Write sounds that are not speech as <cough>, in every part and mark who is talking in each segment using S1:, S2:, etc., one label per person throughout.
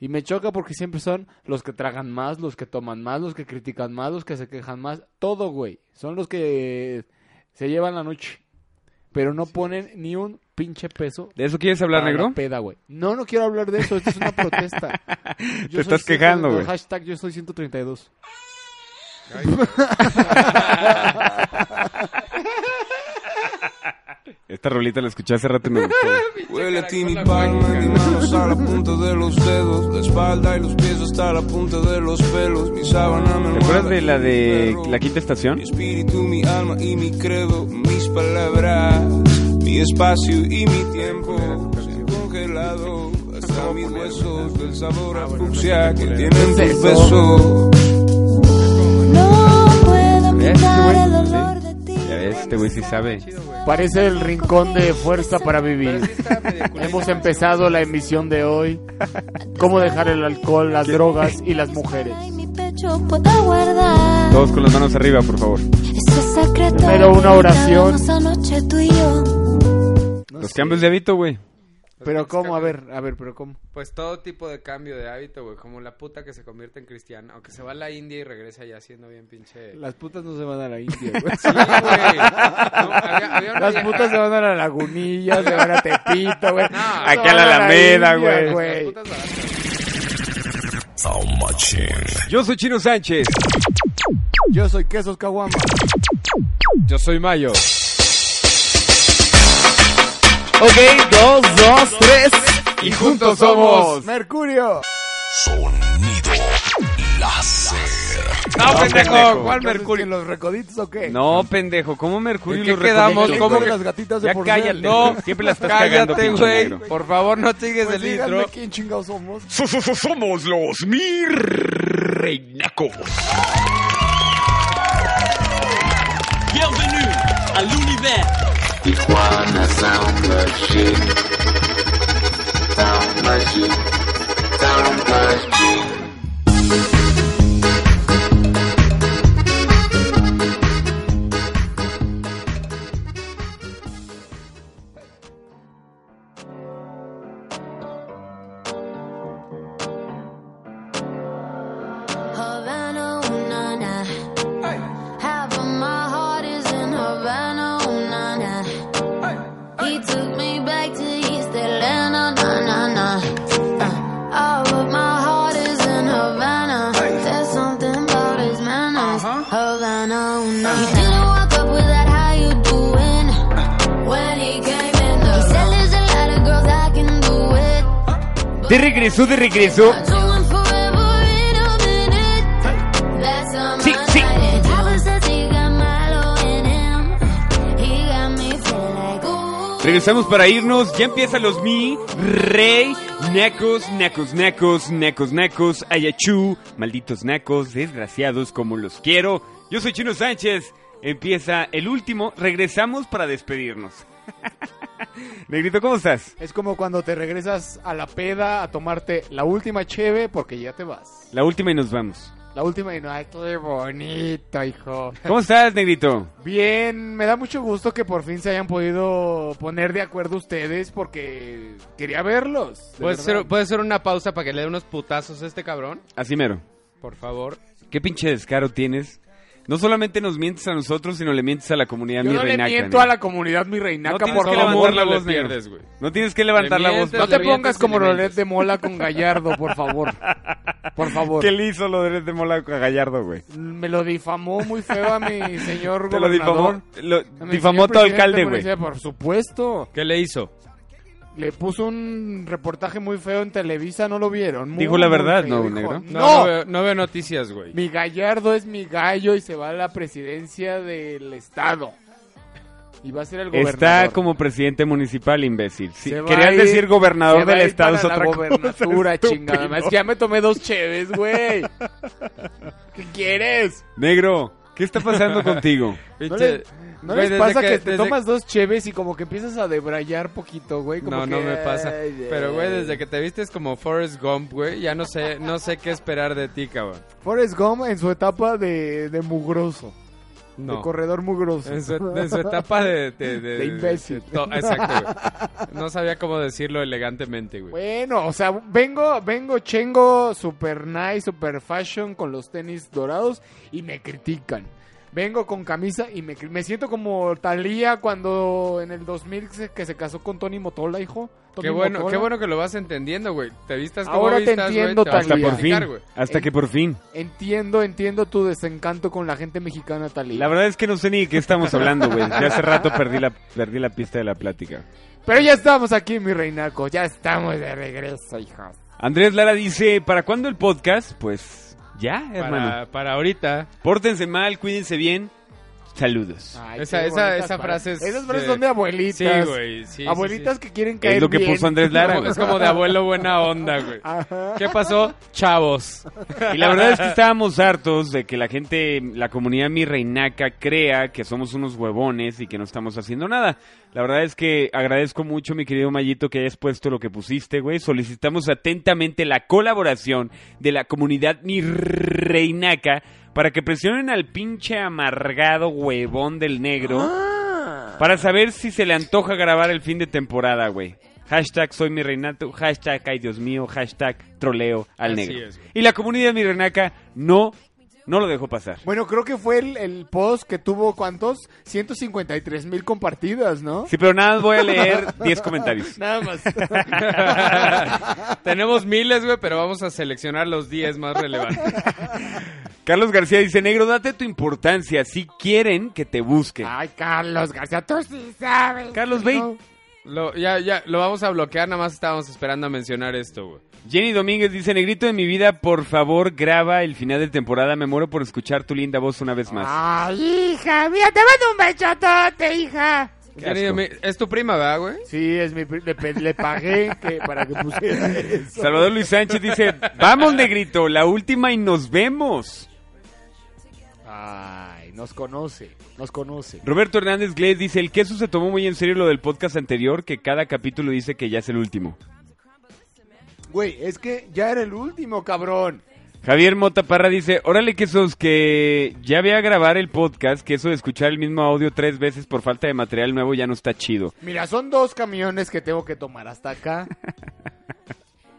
S1: Y me choca porque siempre son los que tragan más, los que toman más, los que critican más, los que se quejan más. Todo, güey. Son los que se llevan la noche. Pero no ponen ni un pinche peso
S2: ¿De eso quieres
S3: Ah,
S2: hablar,
S1: para la
S2: negro?
S1: peda, güey. No, no quiero hablar de eso. Esto es <laughs> una protesta. Yo soy
S2: estás quejando,
S1: 132,
S2: güey.
S1: Hashtag yo soy 132.
S3: Ay, güey.
S2: Esta rolita la escuché hace rato y me gustó.
S4: Huele a ti mi palma, mis manos a la punta de los dedos, la espalda y los pies hasta la punta de los pelos, mi sábana me
S2: ¿Te acuerdas
S4: almohada
S2: de
S4: y
S2: la
S4: mi
S2: de
S4: perro.
S2: la quinta estación?
S4: Mi espíritu, mi alma y mi credo, mis palabras, mi espacio y mi tiempo. Se han congelado hasta mis huesos del sabor a fucsia que tienen tus besos.
S5: No puedo
S2: ¿Ves,
S5: pintar
S2: este güey?
S5: el olor de ti.
S2: Ya ves, este güey sí sabe.
S3: Chido, güey.
S1: Parece el rincón de fuerza para
S3: Pero sí
S1: vivir.
S3: está medio culero.
S1: Hemos empezado la emisión de hoy. Cómo dejar el alcohol, las drogas y las mujeres.
S5: Y mi pecho puedo guardar.
S2: Todos con las manos arriba, por favor.
S5: Ese secreto.
S1: Primero una oración.
S5: que hablamos anoche tú y yo.
S2: Los cambios de hábito, güey.
S1: Pero cómo, a ver, a ver, pero cómo.
S3: Pues todo tipo de cambio de hábito, güey. Como la puta que se convierte en cristiana. O que se va a la India y regresa ya siendo bien pinche.
S1: Las putas no se van a la India, güey. <laughs>
S3: Sí, güey. No, había, había una
S1: Las
S3: vieja-
S1: putas se van a la Lagunilla, se
S2: <laughs>
S1: van a Tepito, güey.
S3: No,
S1: Se
S2: aquí
S1: van
S2: a la Alameda,
S1: India,
S2: güey.
S3: Las putas baratas.
S2: Yo soy Chino Sánchez.
S1: Yo soy Quesos Caguama.
S3: Yo soy Mayo.
S2: Ok, dos, dos, tres. Y juntos somos.
S1: Mercurio.
S2: No, pendejo. ¿Cuál
S1: Entonces,
S2: Mercurio?
S1: ¿que ¿Los recoditos o qué?
S2: No, pendejo. ¿Cómo Mercurio
S3: ¿En
S2: y los
S3: qué quedamos?
S2: recoditos,
S3: ¿Cómo
S2: güey?
S3: que-
S1: las gatitas de
S2: Ya
S1: porcel?
S2: cállate. Pues
S3: No,
S2: Siempre la estás cagando,
S3: cállate,
S2: pinche
S3: güey.
S2: negro.
S3: Por favor, no sigues
S1: Pues
S3: el
S1: díganme
S3: intro.
S1: quién chingados somos.
S6: Somos los Mirreinacos.
S7: Bienvenue à l'univers.
S8: Tijuana Sound Machine. Sound Machine. Sound Machine.
S5: Havana, ooh, na, na. Half of my heart is in Havana, ooh, na, na. He took me back to East Atlanta, na, na, na. Uh, all of my heart is in Havana. There's something about his manners. Havana, ooh, na, na. He didn't walk up with that, how you doing? When he came in the He said, there's a lot of girls I can do it.
S2: De regreso, de regreso.
S5: Sí, sí.
S2: Regresamos para irnos. Ya empiezan los mi rey nacos, nacos, nacos, nacos, nacos, ayachú, malditos nacos, desgraciados como los quiero. Yo soy Chino Sánchez. Empieza el último. Regresamos para despedirnos. <laughs> Negrito, ¿cómo estás?
S1: Es como cuando te regresas a la peda a tomarte la última cheve porque ya te vas.
S2: La última y nos vamos.
S1: La última y no, ay, qué bonito, hijo.
S2: ¿Cómo estás, Negrito?
S1: Bien, me da mucho gusto que por fin se hayan podido poner de acuerdo ustedes porque quería verlos. de
S3: ¿Puede
S1: verdad.
S3: ser, puede ser una pausa para que le dé unos putazos a este cabrón?
S2: Así mero.
S3: Por favor.
S2: ¿Qué pinche descaro tienes? No solamente nos mientes a nosotros, sino le mientes a la comunidad
S1: Yo
S2: mi
S1: no le
S2: reinaca,
S1: miento
S2: ¿no?
S1: a la comunidad mi reinaca,
S2: tienes
S1: por
S2: que
S1: favor.
S2: levantar la
S3: no le
S2: voz, negro.
S3: pierdes, güey.
S2: No tienes que levantar
S3: Le
S2: la voz.
S3: mientes,
S1: No te
S3: le
S1: pongas
S3: mientes,
S1: como
S3: le
S1: Loret
S3: mientes.
S1: de Mola con Gallardo, por favor. Por favor.
S2: ¿Qué le hizo lo de de Mola a Gallardo, güey?
S1: Me lo difamó muy feo a mi señor
S2: Te lo
S1: gobernador.
S2: difamó. Lo,
S1: A mi
S2: difamó
S1: señor
S2: a tu
S1: presidente
S2: alcalde, güey.
S1: municipal, Por supuesto.
S3: ¿Qué le hizo?
S1: Le puso un reportaje muy feo en Televisa, ¿no lo vieron? Muy,
S2: Dijo la
S1: muy
S2: verdad,
S1: feo,
S2: ¿no,
S1: hijo.
S2: negro?
S3: No,
S1: ¡No!
S3: no veo, no veo noticias, güey.
S1: Mi Gallardo es mi gallo y se va a la presidencia del estado. Y va a ser el gobernador.
S2: Está como presidente municipal, imbécil. Sí,
S1: Se va
S2: querías
S1: a ir-
S2: decir
S1: se
S2: gobernador
S1: va
S2: del
S1: a ir
S2: estado
S1: para
S2: es otra
S3: <laughs>
S1: la
S2: cosa.
S1: gobernatura,
S2: estúpido.
S1: chingada. Además, ya me tomé dos cheves, güey. ¿Qué quieres?
S2: Negro, ¿qué está pasando contigo?
S1: <laughs> ¿No,
S3: Pinche-
S1: le- no
S3: Güey,
S1: les
S3: desde
S1: pasa que, te
S3: desde-
S1: tomas dos cheves y como que empiezas a debrayar poquito, güey? Como
S3: No, no
S1: que,
S3: me pasa.
S1: ay,
S3: Pero,
S1: ay.
S3: güey, desde que te vistes como Forrest Gump, güey, ya no sé, no sé qué esperar de ti, cabrón.
S1: Forrest Gump en su etapa de, de mugroso. De
S3: No.
S1: corredor mugroso.
S3: En su, en su etapa de... De,
S1: De imbécil.
S3: to- exacto, güey. No sabía cómo decirlo elegantemente, güey.
S1: Bueno, o sea, vengo, vengo chengo super nice, super fashion con los tenis dorados y me critican. Vengo con camisa y me, cri- me siento como Talía cuando en el 2000 se- que se casó con Tony Motola, hijo. Tony
S3: Qué bueno,
S1: Motola.
S3: qué bueno que lo vas entendiendo, güey. Te vistas como
S1: Ahora te
S3: vistas, güey,
S1: entiendo,
S3: vas a
S2: Hasta por fin.
S3: criticar, güey.
S2: Hasta que por fin.
S1: Entiendo, entiendo tu desencanto con la gente mexicana, Talía.
S2: La verdad es que no sé ni de qué estamos hablando, güey. Ya hace rato perdí la, perdí la pista de la plática.
S1: Pero ya estamos aquí, mi reinaco. Ya estamos de regreso, hijas.
S2: Andrés Lara dice, ¿para cuándo el podcast? Pues ya, hermano.
S3: Para, para ahorita.
S2: Pórtense mal, cuídense bien. Saludos.
S1: Ay,
S3: Esa-
S1: qué
S3: esa-
S1: bonitas
S3: esa frase es
S1: Esas frases
S3: de-
S1: son de abuelitas.
S3: Sí, güey. Sí, sí,
S1: abuelitas
S3: sí.
S1: que quieren caer
S2: es lo que
S1: bien.
S2: puso Andrés
S1: <laughs>
S2: Lara. güey.
S3: Es como de abuelo buena onda, güey.
S1: Ajá.
S3: ¿Qué pasó? Chavos.
S2: Y la verdad es que estábamos hartos de que la gente, la comunidad mi reinaca crea que somos unos huevones y que no estamos haciendo nada. La verdad es que agradezco mucho, mi querido Mayito, que hayas puesto lo que pusiste, güey. Solicitamos atentamente la colaboración de la comunidad mi reinaca para que presionen al pinche amargado huevón del negro para saber si se le antoja grabar el fin de temporada, güey. Hashtag soy mi reinato, hashtag ay Dios mío, hashtag troleo al
S3: Así
S2: negro.
S3: es, güey.
S2: y la comunidad mi reinaca no, no lo dejó pasar.
S1: Bueno, creo que fue el, el post que tuvo, ¿cuántos? 153 mil compartidas, ¿no?
S2: Sí, pero nada, más voy a leer
S1: <laughs>
S2: 10 comentarios.
S1: Nada más.
S3: <laughs> Tenemos miles, güey, pero vamos a seleccionar los 10 más relevantes.
S2: Carlos García dice, negro, date tu importancia, si quieren que te busquen.
S1: Ay, Carlos García, tú Ah, sí sabes.
S2: Carlos, ve y
S1: No.
S3: Lo, ya, ya, lo vamos a bloquear, nada más estábamos esperando a mencionar esto, güey.
S2: Jenny Domínguez dice, negrito de mi vida, por favor, graba el final de temporada, me muero por escuchar tu linda voz una vez
S1: Ah.
S2: más.
S1: Ay, hija, mira, te mando un bechotote, hija.
S2: Qué
S3: Jenny,
S2: asco.
S3: mi- Es tu prima, ¿verdad, güey?
S1: Sí, es mi, pri- le, pe- le pagué que, para que pusiera eso.
S2: Salvador Luis Sánchez dice, vamos, negrito, la última y nos vemos.
S1: Ay, nos conoce, nos conoce.
S2: Roberto Hernández Glés dice, el queso se tomó muy en serio lo del podcast anterior, que cada capítulo dice que ya es el último.
S1: Güey, es que ya era el último, cabrón.
S2: Javier Mota Parra dice, órale quesos, que ya voy a grabar el podcast, que eso de escuchar el mismo audio tres veces por falta de material nuevo ya no está chido.
S1: Mira, son dos camiones que tengo que tomar hasta acá.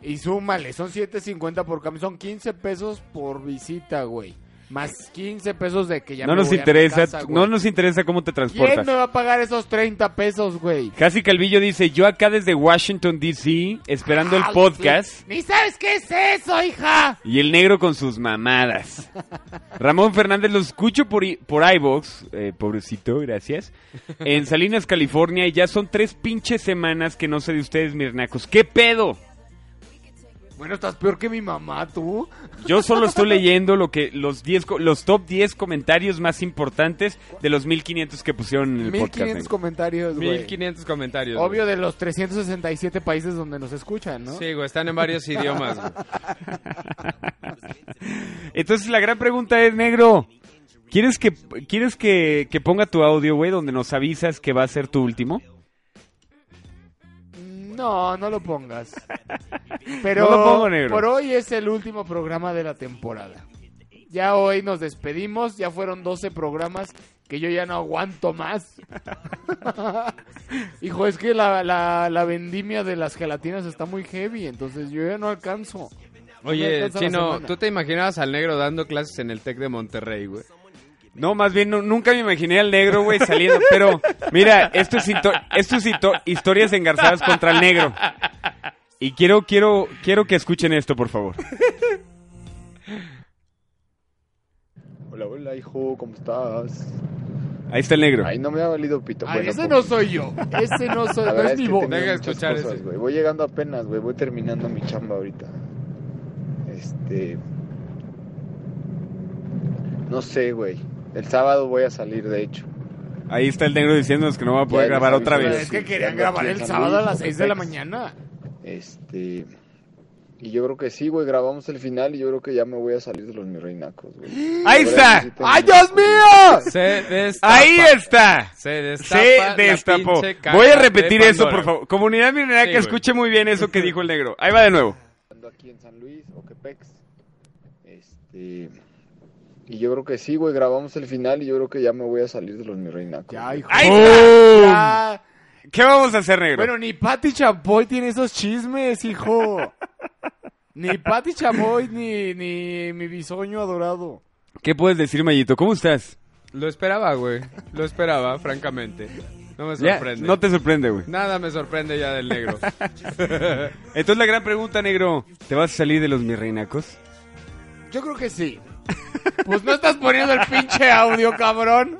S1: y súmale, son 7.50 por camión, son 15 pesos por visita, güey. Más 15 pesos de que ya
S2: no
S1: me
S2: nos
S1: voy a mi
S2: interesa,
S1: casa,
S2: no
S1: güey.
S2: nos interesa cómo te
S1: ¿Quién me
S2: transportas.
S1: va a pagar esos 30 pesos, güey?
S2: Casi Calvillo dice, yo acá desde Washington, D.C., esperando el
S1: Ay,
S2: podcast.
S1: Ah, sí. Ni sabes qué es eso, hija.
S2: Y el negro con
S1: <laughs>
S2: sus mamadas. Ramón Fernández, lo escucho por, i- por iVox, eh, pobrecito, gracias. En Salinas, California, y ya son tres pinches semanas que no sé de ustedes, mirnacos. ¿Qué pedo?
S1: Bueno, estás peor que mi mamá, tú.
S2: Yo solo estoy leyendo lo que los 10 co- los top 10 comentarios más importantes de los 1500 que pusieron en el
S1: 1500
S2: podcast. negro.
S1: comentarios, güey.
S3: 1500 comentarios. güey.
S1: Obvio de los 367 países donde nos escuchan, ¿no?
S3: Sí, güey, están en varios idiomas, güey.
S2: <laughs> Entonces la gran pregunta es, negro, ¿quieres que quieres que, que ponga tu audio, güey, donde nos avisas que va a ser tu último?
S1: No, no lo <laughs> pongas. Pero
S2: No lo pongo, negro.
S1: por hoy es el último programa de la temporada. Ya hoy nos despedimos, ya fueron 12 programas que yo ya no aguanto <laughs> más. Hijo, es que la, la, la vendimia de las gelatinas está muy heavy, entonces yo ya no alcanzo. No me
S3: Oye,
S1: alcanza la
S3: Chino,
S1: semana.
S3: ¿tú te imaginabas al negro dando clases en el TEC de Monterrey, güey?
S2: No, más bien no- nunca me imaginé al negro, güey, saliendo. Pero mira, esto es, hito- esto es hito- historias engarzadas contra el negro. Y quiero, quiero, quiero que escuchen esto, por favor.
S6: Hola, hola, hijo, ¿cómo estás?
S2: Ahí está el negro.
S6: Ay, no me ha valido pito.
S1: Ay,
S6: Bueno,
S1: ese
S6: pues,
S1: no soy yo, ese no, soy,
S6: la
S1: no
S6: verdad
S1: es
S6: es
S1: mi
S6: que
S1: voz.
S6: tenía
S3: Venga a
S6: muchas
S3: escuchar
S6: cosas,
S3: ese.
S6: güey. Voy llegando apenas, güey. Voy terminando mi chamba ahorita. Este. No sé, güey. El sábado voy a salir, de hecho.
S2: Ahí está el negro diciéndonos que no va a poder
S6: Ya, ya
S2: grabar
S6: sabes,
S2: otra
S6: ya
S1: Pero
S2: vez.
S1: Es que
S6: Sí,
S1: querían
S6: ando aquí
S1: grabar
S6: en
S1: el
S6: San
S1: sábado a
S6: Luis,
S1: las 6 de la
S6: Cotex.
S1: mañana.
S6: Este. Y yo creo que sí, güey. Grabamos el final y yo creo que ya me voy a salir de los mis reinacos, güey.
S2: Ahí está.
S1: ¡Ay, Dios mío!
S3: Se destapa.
S2: Ahí está.
S3: Se destapa.
S2: Se
S3: la
S2: destapó.
S3: pinche caja
S2: Voy a
S3: de
S2: repetir eso,
S3: Pandora.
S2: por favor. Comunidad mineral,
S3: Sí,
S2: que
S3: güey.
S2: escuche muy bien eso
S3: <laughs>
S2: que dijo el negro. Ahí va de nuevo.
S6: Ando aquí en San Luis, Oquepex. Este. Y yo creo que sí, güey, grabamos el final y yo creo que ya me voy a salir de los mi reinacos.
S1: Ya,
S6: güey.
S1: hijo.
S3: Oh.
S2: ¡Ahí
S1: ¡Pum!
S2: está!
S1: Ya.
S2: ¿Qué vamos a hacer, negro?
S1: Bueno, ni Pati Chapoy tiene esos chismes, <laughs> hijo. ni Pati Chapoy, ni, ni mi bisoño adorado.
S2: ¿Qué puedes decir, Mayito? ¿Cómo estás?
S3: Lo esperaba, güey. Lo esperaba, francamente. No me
S2: Ya,
S3: sorprende.
S2: no te sorprende, güey.
S3: Nada me sorprende ya del negro.
S2: Entonces la gran pregunta, negro, ¿te vas a salir de los mirrinacos?
S1: Yo creo que sí. Pues no estás poniendo el pinche audio, cabrón.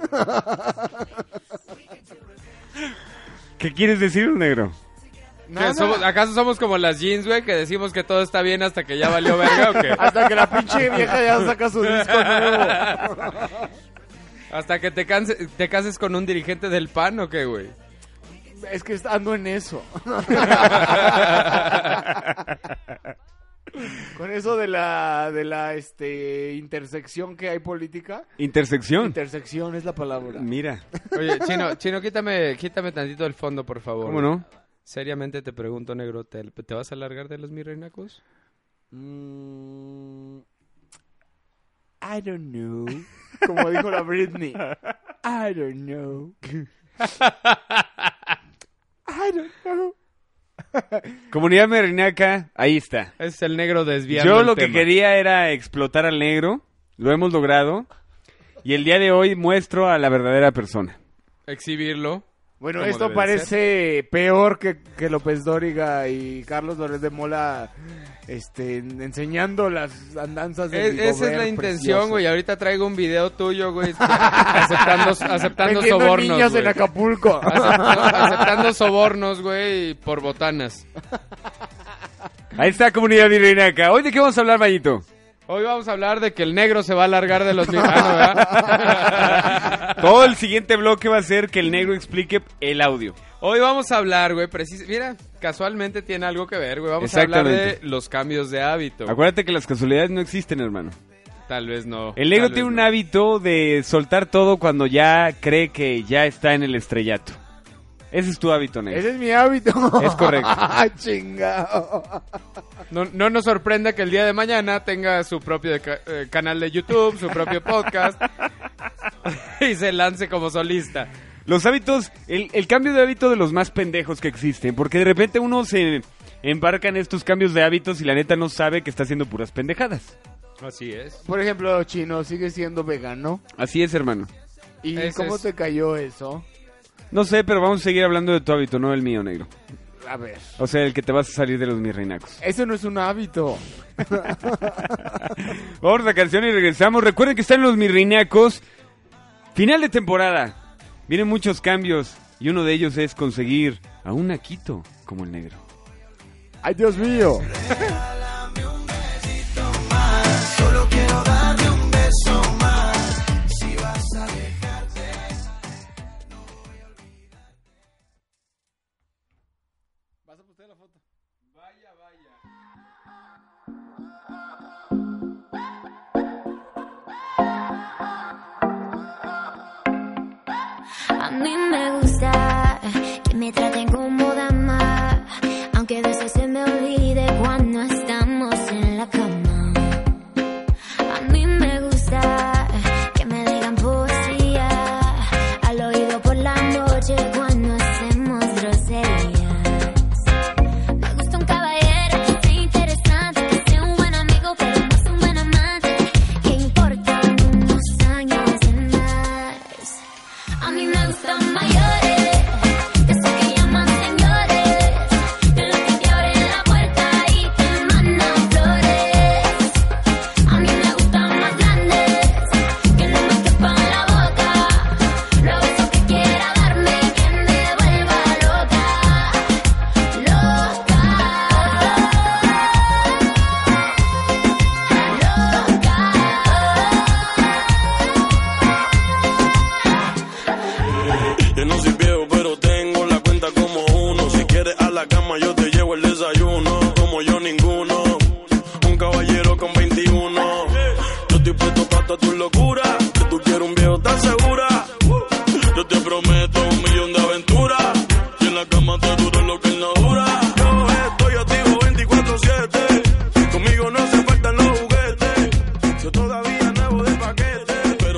S2: ¿Qué quieres decir, negro?
S1: Nada.
S3: ¿Qué, somos- ¿Acaso somos como las jeans, güey, que decimos que todo está bien hasta que ya valió
S2: <laughs>
S3: verga o qué?
S1: Hasta que la pinche vieja ya saca su disco nuevo.
S3: ¿Hasta que te, canse- te cases con un dirigente del PAN o qué, güey?
S1: Es que ando en <laughs> eso. Con eso de la, de la este, intersección que hay política.
S2: Intersección.
S1: Intersección es la palabra.
S2: Mira,
S3: Oye,
S2: <laughs>
S3: Chino, Chino, quítame, quítame tantito el fondo, por favor.
S2: ¿cómo no?
S3: Seriamente te pregunto, negro, ¿te, te vas a largar de los mirrenacos?
S1: Mm, I don't know. Como dijo la Britney. I don't
S3: <laughs>
S1: know. I don't know.
S2: Comunidad mirrinaca, ahí está.
S3: Es el negro desviado.
S2: Yo lo que quería era explotar al negro, lo hemos logrado, y el día de hoy muestro a la verdadera persona.
S3: Exhibirlo.
S1: Bueno,
S3: Como
S1: esto
S3: debe de
S1: parece peor que, que López Dóriga y Carlos Lórez de Mola este, en- enseñando las andanzas de
S3: Es- E-, esa es la intención, güey. Ahorita traigo un video
S2: <laughs>
S3: tuyo, güey, aceptando, aceptando
S1: Metiendo
S3: sobornos.
S1: niñas
S3: güey. Ah,
S1: en
S3: <laughs>
S1: Acapulco.
S3: Aceptando, aceptando sobornos, güey, por botanas.
S2: Ahí está, comunidad virreinaca. ¿Hoy de qué vamos a hablar,
S3: <laughs>
S2: Mayito?
S3: Hoy vamos a hablar de que el negro se va a largar de los
S2: <laughs>
S3: mir- Ah, no, ¿verdad? <laughs>
S2: Todo el siguiente bloque va a ser que el negro explique el audio.
S3: Hoy vamos a hablar, güey, precis- Mira, casualmente tiene algo que ver, güey. Vamos a hablar de
S2: Exactamente.
S3: los cambios de hábito.
S2: Acuérdate que las casualidades no existen, hermano.
S3: Tal vez no.
S2: El negro
S3: tal
S2: tiene
S3: vez
S2: un
S3: no.
S2: hábito de soltar todo cuando ya cree que ya está en el estrellato. Ese es tu hábito, negro.
S1: Ese es mi hábito.
S2: Es correcto.
S1: Ah, chingado.
S3: No, no nos sorprenda que el día de mañana tenga su propio ca- eh, canal de YouTube, su propio podcast <laughs> y se lance como solista.
S2: Los hábitos, el, el cambio de hábito de los más pendejos que existen, porque de repente uno se embarca en estos cambios de hábitos y la neta no sabe que está haciendo puras pendejadas.
S3: Así es.
S1: Por ejemplo, Chino, sigue siendo vegano.
S2: Así es, hermano.
S1: ¿Y
S3: Ese
S1: cómo
S3: es.
S1: te cayó eso?
S2: No sé, pero vamos a seguir hablando de tu hábito, no el mío, negro.
S1: A ver.
S2: O sea, el que te vas a salir de los mirrinacos.
S1: Eso no es un hábito.
S2: Vamos a canción y regresamos. Recuerden que están los mirrinacos. Final de temporada. Vienen muchos cambios y uno de ellos es conseguir a un naquito como el negro.
S1: ¡Ay, Dios mío!
S5: A mí me gusta que me traten como dama, aunque a veces se me olvide cuando estamos en la cama. A mí me gusta que me digan poesía al oído por la noche cuando hacemos groserías. Me gusta un caballero que sea interesante, que sea un buen amigo, pero más un buen amante. ¿Qué importa unos años en más? A mí me gustan mayores, de esos que llaman señores, de los que te abren la puerta y te mandan flores. A mí me gustan más grandes, que no me quepan la boca, los besos que quiera darme y que me vuelva loca, loca,
S7: Yo no soy viejo, pero tengo la cuenta como uno. Si quieres a la cama, yo te llevo el desayuno. Como yo ninguno, un caballero con 21. Yo estoy puesto para todas tus locuras. Que tú quieres un viejo, ¿estás segura? Yo te prometo un millón de aventuras. Y en la cama te dura lo que él no dura. Yo estoy activo 24-7. Conmigo no se faltan los juguetes. Yo todavía nuevo de paquete. pues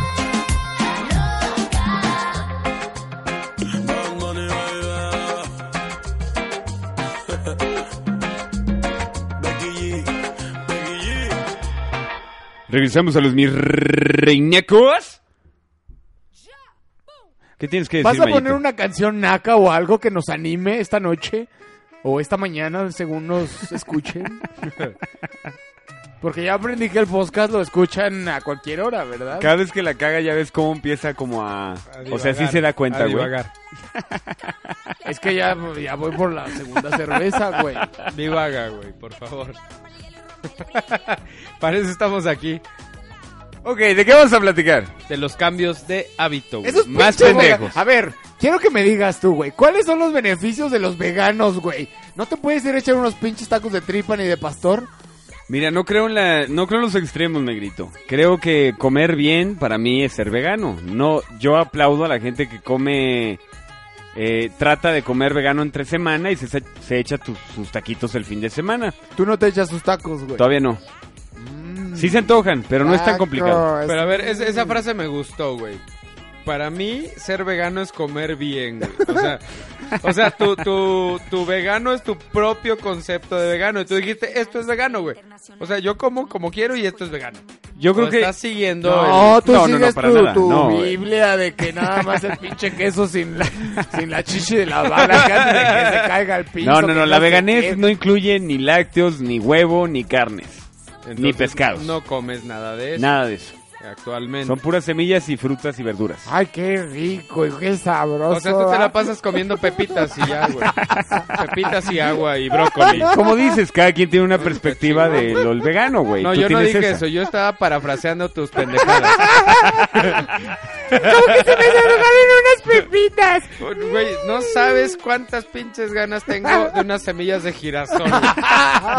S7: <laughs>
S2: Regresamos a los mis reinecos. ¿Qué tienes que decir,
S1: ¿Vas a
S2: Mayito?
S1: poner una canción naca o algo que nos anime esta noche? O esta mañana, según nos
S2: <laughs>
S1: escuchen. Porque ya aprendí que el podcast lo escuchan a cualquier hora, ¿verdad?
S2: Cada vez que la caga ya ves cómo empieza como a... o sea, sí se da cuenta, güey.
S3: Divagar.
S1: Es que ya, ya voy por la segunda cerveza, güey.
S3: <laughs> Divaga, güey, por favor. <laughs> Para eso estamos aquí.
S2: Ok, ¿de qué vamos a platicar?
S3: De los cambios de hábito, güey.
S1: Esos
S2: Más
S1: pinches vega-
S2: pendejos.
S1: A ver, quiero que me digas tú, güey. ¿Cuáles son los beneficios de los veganos, güey? ¿No te puedes ir a echar unos pinches tacos de tripa ni de pastor?
S2: Mira, no creo en la, no creo en los extremos, negrito. Creo que comer bien para mí es ser vegano. No, yo aplaudo a la gente que come, eh, trata de comer vegano entre semana y se, se echa tus- sus taquitos el fin de semana.
S1: Tú no te echas tus tacos, güey.
S2: Todavía no. Sí se antojan, pero no es tan complicado.
S1: Tacos.
S3: Pero a ver, es- esa frase me gustó, güey. Para mí, ser vegano es comer bien, güey. O sea, o sea tu, tu, tu vegano es tu propio concepto de vegano. Y tú dijiste, esto es vegano, güey. O sea, yo como como quiero y esto es vegano.
S2: Yo creo
S3: O
S2: que
S3: Estás siguiendo
S1: No,
S2: el-
S1: tú
S2: no, no, no,
S1: sigues
S2: para
S1: tu,
S2: nada,
S1: tu
S2: no, eh.
S1: Biblia de que nada más el pinche queso sin la, sin la chichi de la bala, que antes de que se caiga el piso.
S2: No, no,
S1: que
S2: no, la
S1: sé
S2: veganés
S1: qué.
S2: no incluye ni lácteos, ni huevo, ni carnes,
S3: el-
S2: ni
S3: entonces,
S2: pescados.
S3: No comes nada de eso
S2: Nada de eso.
S3: actualmente.
S2: Son puras semillas y frutas y verduras.
S1: Ay, qué rico y qué sabroso. ¿ah?
S3: O sea, tú te la
S2: ¿ah?
S1: ¿verdad?
S3: pasas comiendo pepitas y
S2: <laughs>
S3: ya, güey. Pepitas y agua y brócoli.
S2: Como dices, cada quien tiene una perspectiva de lo el vegano, güey.
S3: No,
S2: Tú
S3: yo no
S2: tienes
S3: dije
S2: esa.
S3: eso, yo estaba parafraseando tus pendejadas. Como que se me unas pepitas. Güey, no sabes cuántas pinches ganas tengo de unas semillas de girasol. güey.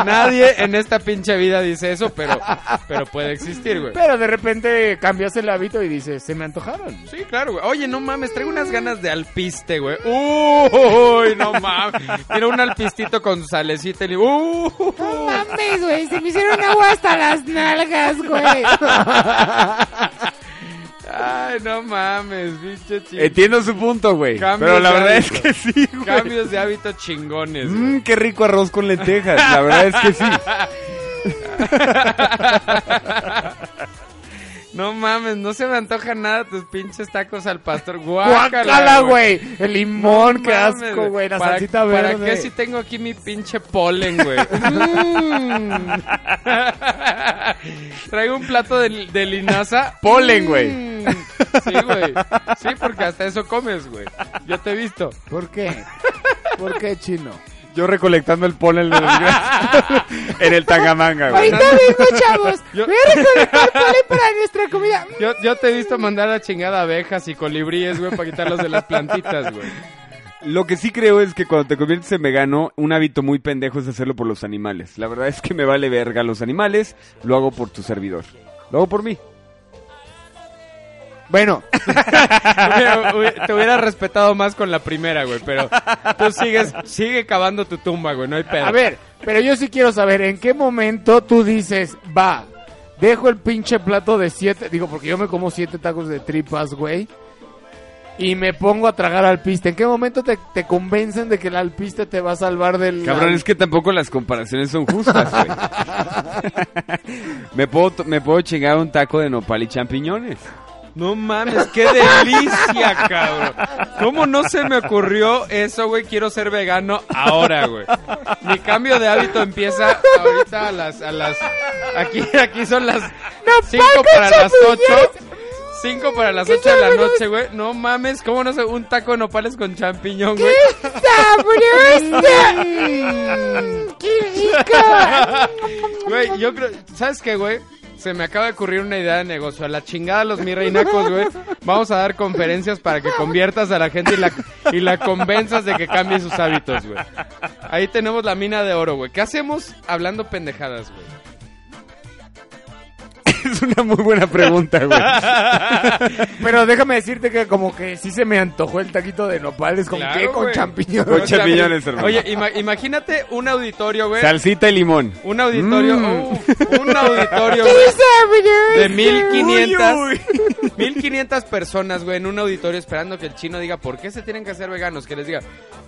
S3: Nadie en esta pinche vida dice eso, pero, pero puede existir, güey.
S1: Pero de repente cambiaste el hábito y dices, se me antojaron.
S3: Sí, claro, güey. Oye, no mames, traigo unas ganas de alpiste, güey. Uy, no mames. Mira un alpistito con salecita y... Uh,
S9: mames, güey. Se me hicieron agua hasta las nalgas, güey.
S3: ay, no mames, pinche chido.
S2: Entiendo su punto, güey.
S3: Cambios
S2: Pero la
S3: de
S2: verdad es
S3: hábito.
S2: que sí, güey.
S3: Cambios de hábito chingones. güey.
S2: Mmm, qué rico arroz con lentejas. La verdad es que
S3: <laughs>
S2: sí.
S3: No mames, no se me antoja nada tus pinches tacos al pastor.
S1: ¡Guácala,
S3: Guácala,
S1: güey! El limón,
S3: No
S1: qué
S3: mames,
S1: asco, güey. La
S3: ¿Para-
S1: salsita
S3: ¿Para
S1: verde.
S3: qué si tengo aquí mi pinche polen, güey? Mm. <laughs> Traigo un plato de, de linaza.
S2: Polen, güey.
S3: Mm. Sí, güey. Sí, porque hasta eso comes, güey. Yo te he visto.
S1: ¿Por qué? ¿Por qué, chino?
S2: Yo recolectando el polen
S3: <laughs>
S2: de los <laughs> en el tangamanga, güey.
S9: Ahorita vengo, chavos.
S3: Yo-
S9: Voy a recolectar pole para nuestra comida.
S3: Yo, yo te he visto mandar a chingada abejas y colibríes, güey, para quitarlos de las plantitas, güey.
S2: Lo que sí creo es que cuando te conviertes en vegano, un hábito muy pendejo es hacerlo por los animales. La verdad es que me vale verga los animales. Lo hago por tu servidor. Lo hago por mí.
S1: Bueno,
S3: Hubiera- hubiera- te hubiera respetado más con la primera, güey, pero tú sigues, sigue cavando tu tumba, güey, no hay pedo.
S1: a ver, pero yo sí quiero saber, ¿en qué momento tú dices, va, dejo el pinche plato de siete, digo, porque yo me como siete tacos de tripas, güey, y me pongo a tragar alpiste? ¿En qué momento te, te convencen de que el alpiste te va a salvar del...
S2: Cabrón, es que tampoco las comparaciones son justas, <laughs> güey. me, puedo, to- me puedo chingar un taco de nopal y champiñones. <laughs>
S3: No mames, qué delicia, cabrón. ¿Cómo no se me ocurrió eso, güey? Quiero ser vegano ahora, güey. Mi cambio de hábito empieza ahorita a las, a las, aquí, aquí son las cinco para las ocho. Cinco para las ocho de la noche, güey. No mames, ¿cómo no sé? Un taco de nopales con champiñón, güey.
S1: este?
S9: ¡Sabrosa! ¡Qué rico!
S3: <laughs> Güey, yo creo, ¿sabes qué, güey? Se me acaba de ocurrir una idea de negocio. A la chingada los mi reinacos, güey. Vamos a dar conferencias para que conviertas a la gente y la, y la convenzas de que cambie sus hábitos, güey. Ahí tenemos la mina de oro, güey. ¿Qué hacemos hablando pendejadas, güey?
S2: es una muy buena pregunta, <laughs> güey.
S1: Pero déjame decirte que como que sí se me antojó el taquito de nopales, ¿con
S3: Claro,
S1: qué? Con
S3: güey.
S1: champiñones.
S2: Con champiñones, hermano.
S3: Oye, ima- imagínate un auditorio, güey.
S2: Salsita y limón.
S3: Un auditorio,
S2: Mm.
S3: uh, un auditorio, güey. De <laughs> 1500, 1500 personas, güey, en un auditorio esperando que el chino diga por qué se tienen que hacer veganos. Que les diga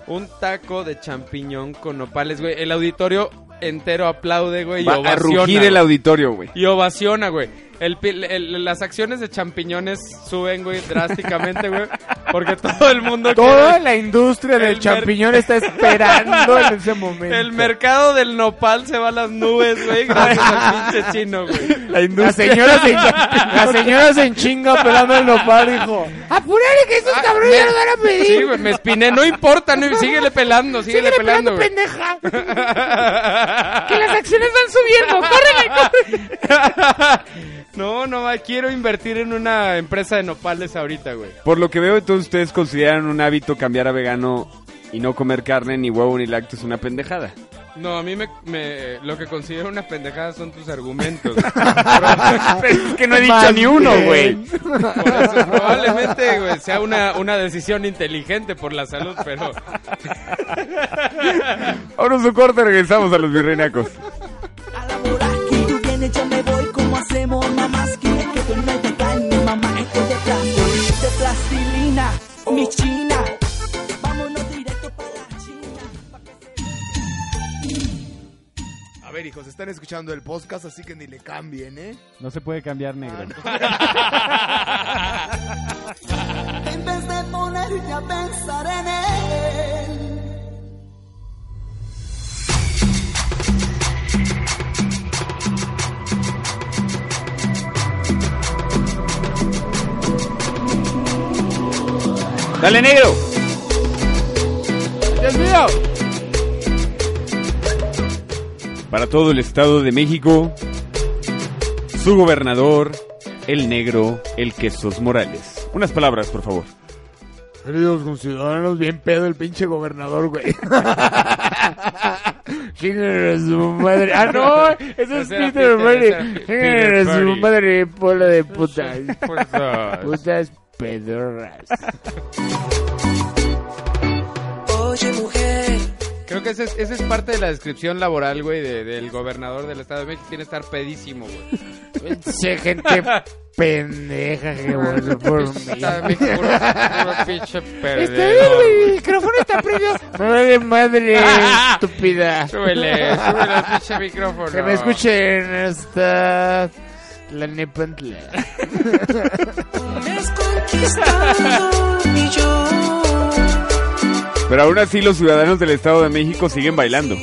S3: un taco de champiñón con nopales, güey. El auditorio entero aplaude, güey, y
S2: Va a
S3: ovaciona.
S2: rugir el
S3: güey.
S2: auditorio, güey.
S3: y ovaciona, güey. el pi- el- las acciones de champiñones suben, güey, drásticamente, güey. Porque <laughs> todo el mundo
S1: Toda
S3: quiere-
S1: la industria
S3: El
S1: del
S3: mer-
S1: champiñón está esperando en ese momento.
S3: El mercado del nopal se va a las nubes, güey, gracias al pinche chino, güey.
S1: la señora se,
S3: <laughs>
S1: la señora se enchinga pelando el nopal, hijo.
S9: ¡Apúrale que esos cabrones ya lo van a pedir!
S3: Ah, Sí, güey, me espiné, no importa, no, síguele pelando, síguele,
S9: ¡Síguele pelando,
S3: pelando, güey.
S9: pendeja!
S3: <laughs>
S9: ¡Que las acciones van subiendo! ¡Córrele, córrele!
S3: No, no, ma, quiero invertir en una empresa de nopales ahorita, güey.
S2: Por lo que veo, entonces ustedes consideran un hábito cambiar a vegano y no comer carne, ni huevo, ni lácteos una pendejada.
S3: No, a mí me, me- lo que considero una pendejada son tus argumentos.
S2: Ah, es que no <laughs> he dicho
S1: Más
S2: ni uno,
S1: bien.
S2: güey.
S3: Por eso probablemente güey, sea una, una decisión inteligente por la salud, pero
S2: Ahora su corte, regresamos a los virreinacos.
S10: A la voraz que tú vienes yo me voy como hacemos mamás quieres que tú no te carne mamá esto es de plas- de plastilina mi china vámonos directo para la china
S11: A ver, hijos, están escuchando el podcast, así que ni le cambien, ¿eh?
S12: No se puede cambiar negro.
S10: en vez de ponerte a pensar en él
S2: ¡Dale, negro!
S1: ¡Dios mío!
S2: Para todo el Estado de México, su gobernador, el negro, el Quesos Morales. Unas palabras, por favor.
S1: Queridos conciudadanos, bien pedo el pinche gobernador,
S3: <laughs>
S1: güey. Chinguen a su madre. Ah, no, ese es
S3: <laughs> Ese era
S1: Peter
S3: Peter,
S1: Murray.
S3: ese era Pe-
S1: Chinguen a
S3: Peter
S1: su
S3: Murray.
S1: madre, pueblo de
S3: <laughs>
S1: putas.
S3: pues, ah,
S1: Putas pedorras.
S10: oye mujer
S3: creo que esa es, esa es parte de la descripción laboral, güey, de- del gobernador del Estado de México. Tiene que estar pedísimo, güey.
S1: Pinche gente pendeja que volvió por mí.
S3: Estado de México, puro, puro
S1: <laughs>
S3: pinche
S9: Este,
S3: perdedor.
S9: el micrófono está prendido.
S1: Me vale <laughs> madre, estúpida. <laughs>
S3: Súbele, súbele al pinche micrófono.
S1: Que me escuchen hasta la nepantla.
S10: me has conquistado y yo
S2: Pero aún así, los ciudadanos del Estado de México siguen bailando.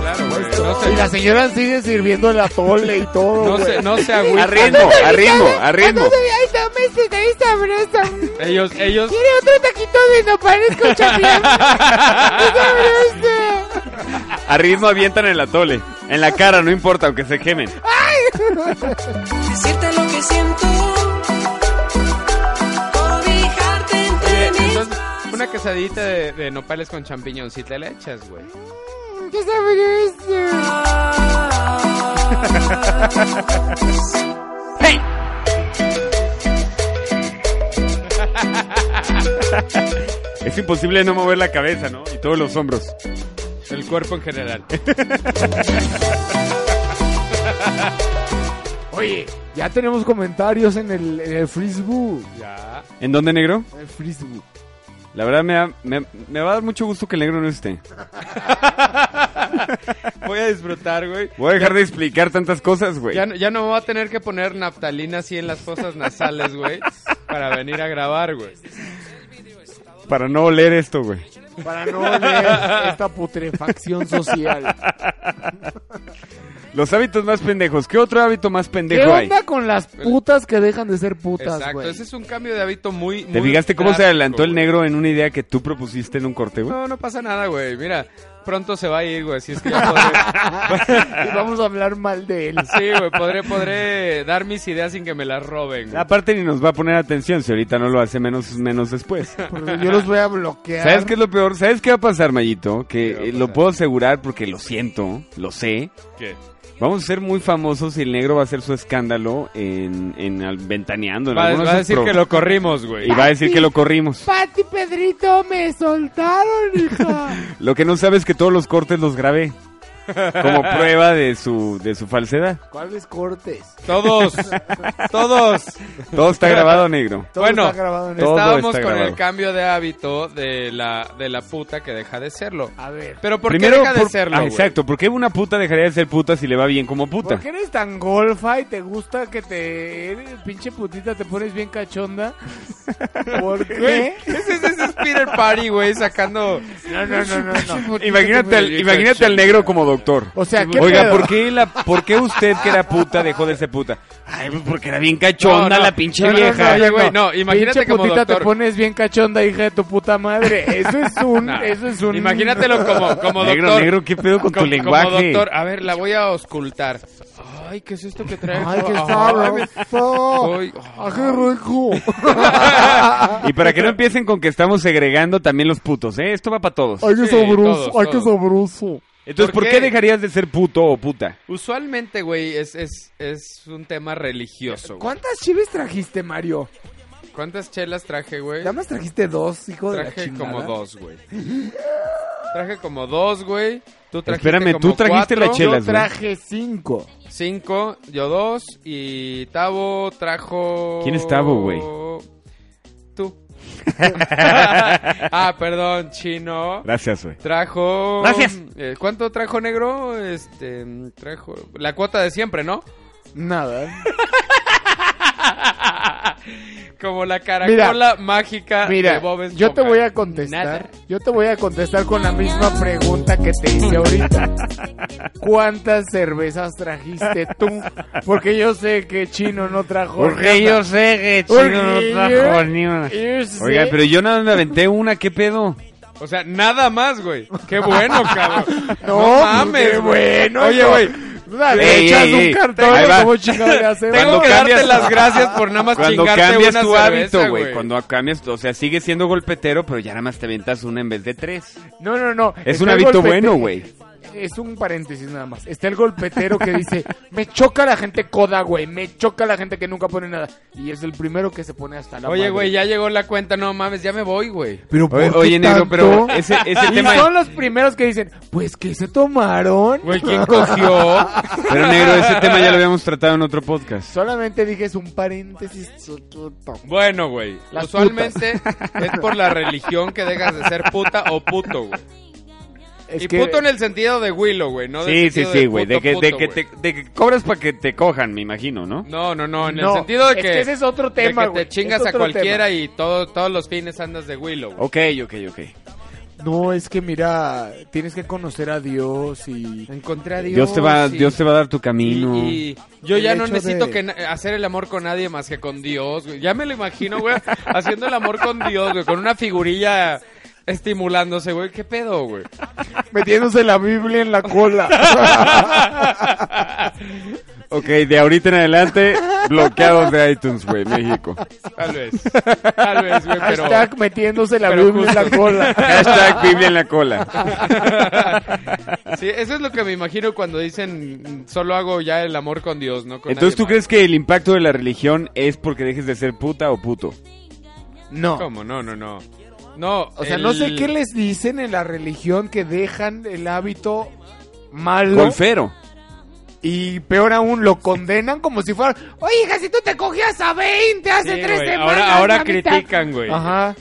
S3: Claro, güey, no
S1: Y
S3: se,
S1: la señora sigue sirviendo el atole y todo,
S3: no
S1: güey.
S3: se, no se
S2: A
S3: agüiten.
S2: ritmo, a ritmo, a ritmo.
S9: ¡Ay, dame ese ahí sabroso!
S3: Ellos, ellos,
S9: ¿Quiere otro taquito de nopales con champiñón? ¡Qué sabroso!
S2: A ritmo avientan el atole. En la cara, no importa, aunque se quemen.
S10: decirte lo que siento cobijarte entre mis
S3: entonces, una quesadita de, de nopales con champiñón, si te la echas, güey.
S9: ¡Qué sabroso!
S2: Es imposible no mover la cabeza, ¿no? Y todos los hombros.
S3: El cuerpo en general.
S1: Oye, ya tenemos comentarios en el, en el Facebook.
S3: Ya. <laughs>
S2: ¿En dónde, negro?
S1: En el Facebook.
S2: La verdad me, da- me, me va a dar mucho gusto que el negro no esté.
S3: Voy a disfrutar, güey.
S2: Voy a dejar de explicar tantas cosas, güey.
S3: Ya, no- ya no me voy a tener que poner naftalina así en las fosas nasales, güey, para venir a grabar, güey.
S2: Para no oler esto, güey.
S1: Para no leer esta putrefacción social.
S2: Los hábitos más pendejos. ¿Qué otro hábito más
S1: ¿Qué
S2: pendejo hay?
S1: onda con las putas que dejan de ser putas,
S3: Exacto,
S1: güey?
S3: ese es un cambio de hábito muy...
S2: ¿Te
S3: muy
S2: fijaste cómo se
S3: drástico,
S2: adelantó el
S3: güey.
S2: negro en una idea que tú propusiste en un corte, güey?
S3: No, no pasa nada, güey. Mira, pronto se va a ir, güey, si es que ya
S2: <laughs>
S3: podré...
S1: Y vamos a hablar mal de él.
S3: Sí, güey, podré, podré dar mis ideas sin que me las roben, güey.
S2: Aparte ni nos va a poner atención si ahorita no lo hace menos, menos
S3: <laughs>
S2: después.
S1: Porque yo los voy a bloquear.
S2: ¿Sabes qué es lo peor? ¿Sabes qué va a pasar, Mayito? Que
S3: ¿Qué va a
S2: eh, lo
S3: pasar?
S2: puedo asegurar porque lo siento, lo sé.
S3: ¿Qué?
S2: Vamos a ser muy famosos y el negro va a hacer su escándalo en, en al- ventaneando. En
S3: Va,
S2: alguno de
S3: va a
S2: esos
S3: decir
S2: pro-
S3: que lo corrimos, güey.
S2: Y va a decir que lo corrimos.
S9: Pati Pedrito, me soltaron, hija.
S2: Lo que no sabes es que todos los cortes los grabé.
S3: <laughs>
S2: Como prueba de su, de su falsedad.
S1: ¿Cuáles cortes?
S3: Todos, todos.
S2: Todo está grabado negro.
S1: Todo
S3: bueno,
S1: está grabado en
S2: <laughs> todo
S3: estábamos
S2: está
S3: con el
S2: grabado.
S3: cambio de hábito de la, de la puta que deja de serlo.
S1: A ver.
S3: Pero ¿por
S2: Primero,
S3: qué deja de
S2: por-
S3: serlo?
S2: ah,
S3: güey?
S2: exacto, ¿por qué una puta dejaría de ser puta si le va bien como puta?
S1: ¿Por qué eres tan golfa y te gusta que te... eres pinche putita, te pones bien cachonda? ¿Por
S3: Güey,
S1: qué?
S3: Ese, ese es Peter Party, güey, sacando...
S1: No, no, no, no, no.
S2: Imagínate al, imagínate al negro como doctor.
S1: O sea, ¿qué
S2: Oiga,
S1: pedo?
S2: ¿por qué, la, ¿por qué usted que era puta dejó de ser puta? Ay, pues porque era bien
S3: No,
S2: cachonda
S3: no,
S2: la pinche
S3: no, no,
S2: vieja.
S3: no, oye, güey, no, imagínate
S1: pinche
S3: como
S1: putita,
S3: doctor.
S1: te pones bien cachonda, hija de tu puta madre. Eso es un...
S3: <laughs> Nah.
S1: Eso es un...
S3: Imagínatelo como, como
S2: negro,
S3: doctor.
S2: negro, ¿qué pedo con
S3: Co-
S2: tu lenguaje?
S3: Como doctor. A ver, la voy a auscultar. Ay, ¿qué es esto que trae?
S1: Ay, qué
S3: Ay,
S1: sabroso.
S3: ay,
S1: Ay, Ah, qué
S3: <laughs>
S1: rico.
S2: <laughs> Y para que no empiecen con que estamos segregando también los putos, ¿eh? Esto va para todos.
S1: Ay, qué
S3: Sí,
S1: sabroso.
S3: todos,
S1: Ay, qué
S3: todos.
S1: sabroso.
S2: Entonces,
S3: ¿por
S2: ¿por qué?
S3: qué?
S2: dejarías de ser puto o puta?
S3: Usualmente, güey, es, es, es un tema religioso. güey.
S11: ¿Cuántas chives trajiste, Mario?
S3: ¿Cuántas chelas traje, güey?
S11: más trajiste dos, hijo
S3: Traje como dos, güey. Traje como dos, güey. Tú trajiste
S2: Espérame,
S3: como
S2: tú trajiste la
S3: cuatro,
S2: chela.
S1: Yo
S2: Chelas, güey.
S1: traje cinco.
S3: Cinco, yo dos y Tavo trajo...
S2: ¿Quién es Tavo, güey?
S3: <laughs> Tú. <laughs> ah, perdón, chino.
S2: Gracias, güey.
S3: Trajo.
S2: Gracias.
S3: eh, ¿Cuánto trajo negro? Este. mm, Trajo. La cuota de siempre, ¿no? <laughs>
S1: Nada.
S3: Como la caracola mágica Ah, de
S1: Mira,
S3: Bob Esponja.
S1: yo te voy a contestar.
S3: Nada.
S1: Yo te voy a contestar con la misma pregunta que te hice
S3: <laughs>
S1: ahorita. ¿Cuántas cervezas trajiste tú? Porque yo sé que Chino no trajo. nada.
S2: sé que
S1: Porque yo- yo sé-
S2: Oiga, pero yo nada más me aventé una, ¿qué pedo?
S3: O sea, nada más, güey.
S1: <laughs>
S3: Qué bueno, cabrón.
S1: No, mames,
S3: mames, güey.
S1: bueno.
S3: Oye,
S1: no.
S3: güey.
S1: Dale,
S2: Ey,
S1: echas
S2: ey,
S1: un
S2: ey.
S1: cartón.
S2: Ahí va.
S1: ¿Cómo chingado le hacemos?
S3: <laughs> Tengo
S2: Cuando
S3: que darte
S2: cambias-
S3: las gracias por nada más
S2: Cuando
S3: chingarte
S2: cambias
S3: una
S2: tu
S3: cerveza,
S2: hábito, güey. Cuando cambias, o sea, sigue siendo golpetero, pero ya nada más te aventas una en vez de tres.
S1: No, no, no.
S2: Es
S1: Está
S2: un
S1: el
S2: hábito
S1: golpete-
S2: bueno, güey.
S1: Es un paréntesis nada más. Está el golpetero que <laughs> dice, me choca la gente coda, güey. Me choca la gente que nunca pone nada. Y es el primero que se pone hasta la
S3: Oye,
S1: madre.
S3: güey, ya llegó la cuenta. No mames, ya me voy, güey.
S1: Pero
S2: Oye, oye, negro, pero ese, ese <laughs>
S1: Y
S2: tema...
S1: son los primeros que dicen, pues que se tomaron.
S3: Güey, ¿quién cogió?
S1: <laughs>
S2: Pero negro, ese tema ya lo habíamos tratado en otro podcast.
S1: Solamente dije es un paréntesis. chiquito.
S3: Bueno, güey.
S1: Las
S3: Usualmente es por la religión que dejas de ser puta o puto, güey.
S1: Es
S3: y
S1: que-
S3: puto en el sentido de Willow, güey, no
S2: Sí,
S3: del
S2: sí,
S3: sentido
S2: sí, güey.
S3: puto,
S2: De que, de,
S3: puto,
S2: que
S3: güey.
S2: te, de que cobras para que te cojan, me imagino, ¿no?
S3: No, no, no, en
S1: No,
S3: el sentido de
S1: es
S3: que...
S1: que ese es otro
S3: de que
S1: tema, güey,
S3: te
S1: es
S3: chingas a
S1: otro
S3: cualquiera
S1: tema.
S3: y todo, todos los fines andas de Willow, güey.
S2: Ok, ok, ok.
S1: No, es que mira, tienes que conocer a Dios y...
S3: Encontré a Dios.
S2: Dios te va,
S3: y-
S2: Dios te va a dar tu camino.
S3: y- y yo ya
S1: El
S3: no
S1: hecho
S3: necesito
S1: de-
S3: que na- hacer el amor con nadie más que con Dios, güey. Ya me lo imagino, güey, haciendo el amor con Dios, güey, con una figurilla estimulándose, güey. ¿Qué pedo, güey?
S1: Metiéndose la Biblia en la cola.
S2: Ok, de ahorita en adelante, bloqueados de iTunes, güey, México.
S3: Tal vez. Tal vez, güey,
S1: <laughs>
S3: pero...
S1: Hashtag metiéndose la
S3: pero
S1: Biblia en la
S3: justo. <laughs>
S1: cola.
S2: Hashtag Biblia en la cola.
S3: Sí, eso es lo que me imagino cuando dicen mm, solo hago ya el amor con Dios, ¿no? Con
S2: Entonces, ¿tú
S3: nadie
S2: crees que el impacto de la religión es porque dejes de ser puta o puto?
S1: No.
S3: más. ¿Cómo? No, no, no. No,
S1: O sea, no sé
S3: el-
S1: qué les dicen en la religión que dejan el hábito malo
S2: Golfero.
S1: y peor aún lo condenan como si fuera, oye hija, si tú te cogías a 20 hace
S3: Sí,
S1: tres
S3: güey,
S1: semanas.
S3: Ahora, ahora
S1: mamita".
S3: critican, güey.
S1: Ajá.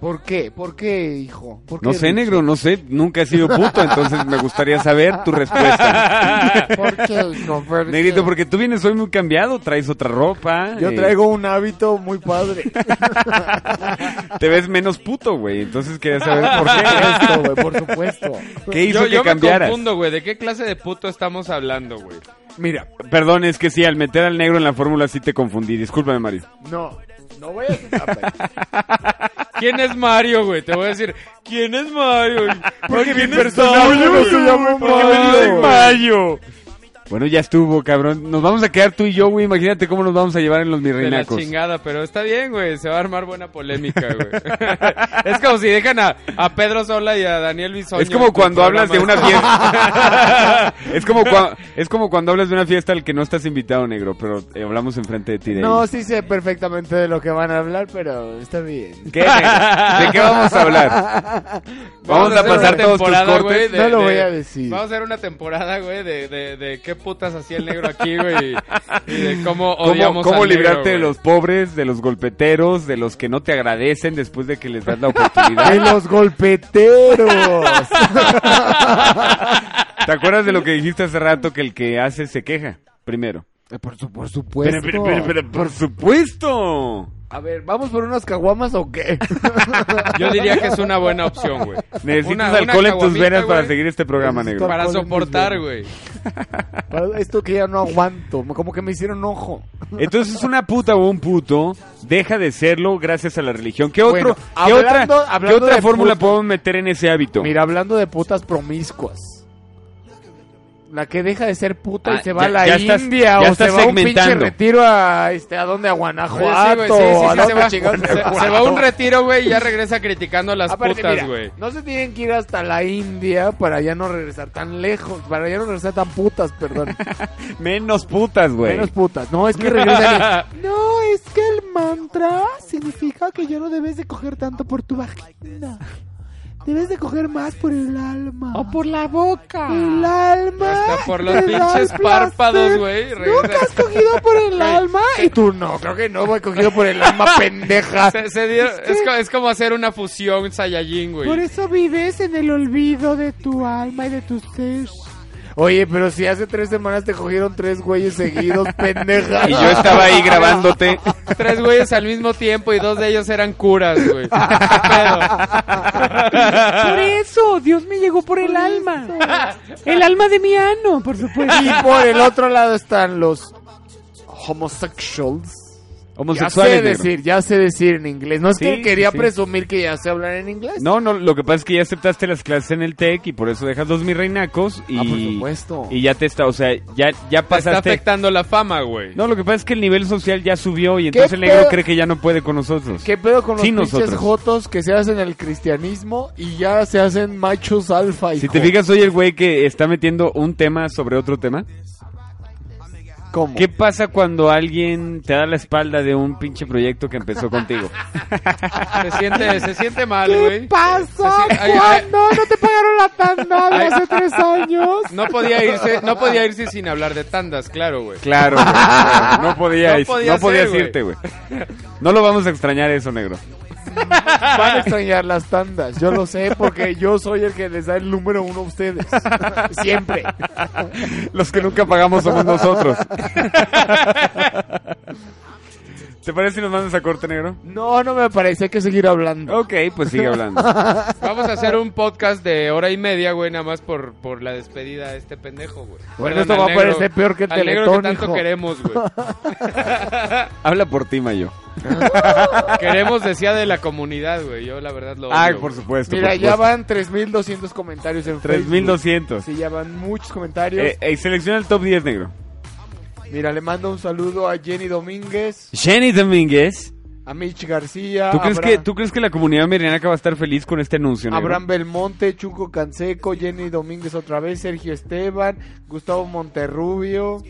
S1: ¿Por qué? ¿Por qué, hijo? ¿Por qué,
S2: No sé,
S1: Rick?
S2: negro, no sé. Nunca he sido puto, entonces me gustaría saber
S1: <laughs>
S2: tu respuesta.
S3: <laughs>
S1: ¿Por qué, hijo? ¿Por qué?
S2: Negrito, porque tú vienes hoy muy cambiado, traes otra ropa.
S1: Yo
S2: eh,
S1: traigo un hábito muy <laughs> padre.
S2: Te ves menos puto, güey. Entonces quería saber
S1: Por supuesto, güey,
S2: por qué.
S3: <laughs>
S1: por supuesto.
S2: ¿Qué hizo
S3: yo
S2: que
S3: yo me
S2: cambiaras?
S3: confundo, güey. ¿De qué clase de puto estamos hablando, güey?
S1: Mira,
S2: Perdón, es que sí, al meter al negro en la fórmula sí te confundí. Discúlpame, Mario.
S1: no, no voy a...
S3: ¿Quién es Mario, güey? Te voy a decir, ¿quién es Mario? Porque mi
S1: personaje no se llama Mario.
S3: Mario.
S2: Bueno, ya estuvo, cabrón. Nos vamos a quedar tú y yo, güey. Imagínate cómo nos vamos a llevar en los
S3: De la
S2: mirrinacos.
S3: chingada, pero está bien, güey. Se va a armar buena polémica, güey. <laughs> es como si dejan a, a Pedro Sola y a Daniel Bisoño.
S2: Es como
S3: en tu
S2: cuando hablas de
S3: <laughs> programa.
S2: una fiesta. <laughs> es, como
S3: <laughs>
S2: cua- es como cuando hablas de una fiesta al que no estás invitado, negro, pero eh, hablamos enfrente de ti de
S1: No,
S2: ahí.
S1: sí sé perfectamente de lo que van a hablar, pero está bien.
S2: ¿Qué,
S3: <laughs>
S2: negro? <laughs> ¿De qué vamos a hablar? Vamos a
S3: hacer una
S2: pasar todos tus
S3: temporada, güey,
S2: cortes.
S3: de-
S1: No lo
S3: de-
S1: voy a decir.
S3: Vamos a hacer una temporada, güey, de, de, de qué putas hacía el negro aquí, güey. Y, y de cómo
S2: ¿Cómo,
S3: odiamos
S2: cómo
S3: al negro,
S2: librarte de
S3: güey.
S2: los pobres, de los golpeteros, de los que no te agradecen después de que les das
S1: <laughs>
S2: la
S1: De
S2: oportunidad?
S1: los golpeteros.
S2: ¿Te acuerdas de lo que dijiste hace rato que el que hace se queja? Primero.
S1: Por, su- por supuesto.
S2: Pero, pero, pero, pero, por supuesto.
S1: A ver, ¿vamos por unas caguamas o qué?
S3: Yo diría que es una buena opción, güey.
S2: Necesitas
S3: Una- una
S2: alcohol en tus
S3: caguamita,
S2: venas para
S3: güey,
S2: seguir este programa, negro.
S3: Para
S1: Alcohol en mis
S3: soportar,
S1: venas.
S3: güey.
S1: Para <laughs> esto que ya no aguanto. Como que me hicieron ojo.
S2: Entonces una puta o un puto deja de serlo gracias a la religión. ¿Qué,
S1: Bueno,
S2: otro, ¿qué otra,
S1: hablando-
S2: qué
S1: hablando
S2: otra
S1: de
S2: fórmula
S1: puto.
S2: podemos meter en ese hábito?
S1: Mira, hablando de putas promiscuas. La que deja de ser puta
S2: Ah,
S1: y se va
S2: ya-
S1: a la
S2: ya estás-
S1: India
S2: ya
S1: o se
S2: estás
S1: va a un pinche
S2: segmentando.
S1: retiro a este a dónde a
S3: Oye, sí, güey,
S1: Guanajuato.
S3: sí, sí,
S1: ¿a
S3: sí,
S1: dónde
S3: se va-
S1: chingados
S3: se-
S1: me
S3: se va a
S1: guardo?
S3: un retiro, güey, y ya regresa criticando a las
S1: Aparte,
S3: putas,
S1: mira,
S3: güey.
S1: no se tienen que ir hasta la India para ya no regresar tan lejos, para ya no regresar tan putas, perdón.
S2: Menos putas, güey.
S1: Menos putas. No, es que regresan.
S2: <laughs>
S1: y- no, es que el mantra significa que ya no debes de coger tanto por tu vagina. Debes de coger más por el alma. O por la boca. El alma.
S3: Hasta por los
S1: te da
S3: pinches
S1: placer.
S3: párpados, güey.
S1: Nunca has cogido por el alma. Y tú no, creo que no, voy cogido por el
S2: <laughs>
S1: alma, pendeja.
S3: Se- se dio- es, co- es como hacer una fusión Saiyajin,
S1: Por
S3: güey.
S1: eso vives en el olvido de tu alma y de tu ser. Oye, pero si hace tres semanas te cogieron tres güeyes
S2: <laughs>
S1: seguidos, pendeja.
S2: Y yo estaba ahí
S1: <laughs>
S2: grabándote.
S3: Tres güeyes al mismo tiempo y dos de ellos eran curas, güey.
S1: Ah,
S3: ¿Qué pedo?
S1: Por eso, Dios me llegó por, el alma. <laughs> El alma de mi ano, por supuesto. Y por el otro lado están los homosexuals. Ya sé
S2: Homosexuales, negro.
S1: decir, ya sé decir en inglés. No es
S2: Sí,
S1: que quería
S2: sí, sí.
S1: presumir que ya sé hablar en inglés.
S2: No, no, lo que pasa es que ya aceptaste las clases en el TEC y por eso dejas los mirreinacos y,
S1: Ah, por supuesto.
S2: y ya te está, o sea, ya, ya
S3: Te está
S2: pasaste.
S3: afectando la fama, güey.
S2: No, lo que pasa es que el nivel social ya subió y entonces el negro
S1: pedo?
S2: cree que ya no puede con nosotros.
S1: ¿Qué pedo con los
S2: Sí,
S1: pinches
S2: nosotros.
S1: jotos que se hacen el cristianismo y ya se hacen machos alfa?
S2: Si
S1: hijo?
S2: te fijas, soy el güey que está metiendo un tema sobre otro tema.
S1: ¿Cómo?
S2: ¿Qué pasa cuando alguien te da la espalda de un pinche proyecto que empezó contigo?
S3: Se siente, se siente mal,
S1: ¿Qué
S3: güey.
S1: pasó?
S3: Se siente- ay, ay,
S1: ¿Cuándo? ¿No te pagaron la tanda de hace tres años?
S3: No podía irse, no podía irse sin hablar de tandas, claro, güey.
S2: Claro, güey, claro, no podías, no
S3: No podía
S2: podías,
S3: ser,
S2: irte, güey. No lo vamos a extrañar eso, negro.
S1: Van a extrañar las tandas, yo lo sé porque yo soy el que les da el número uno a ustedes. Siempre.
S2: Los que nunca pagamos somos nosotros. ¿Te parece si nos mandas a corte, negro?
S1: No, no me parece, hay que seguir hablando.
S2: Ok, pues sigue hablando.
S3: Vamos a hacer un podcast de hora y media, güey, nada más por, por la despedida de este pendejo, güey.
S1: Bueno,
S3: Perdón,
S1: esto
S3: al
S1: va a
S3: negro-
S1: parecer peor que
S3: al negro que
S1: Teletón,
S3: tanto
S1: hijo.
S3: queremos, güey.
S2: Habla por ti, Mayo.
S3: Queremos decía de la comunidad, güey. Yo la verdad lo
S2: Ah,
S3: odio,
S2: por
S3: güey.
S2: supuesto.
S1: Mira,
S2: por
S1: ya
S2: supuesto.
S1: van 3.200 comentarios en Facebook.
S2: 3200.
S1: Sí, ya van muchos comentarios.
S2: Eh, eh, selecciona el top 10, negro.
S1: Mira, le mando un saludo a Jenny Domínguez,
S2: Jenny Domínguez.
S1: a Mitch García,
S2: ¿Tú crees,
S1: Abra-
S2: que, ¿Tú crees que la comunidad meridianaca va a estar feliz con este anuncio? negro?
S1: Abraham Belmonte, Chuco Canseco, Jenny Domínguez otra vez, Sergio Esteban, Gustavo Monterrubio,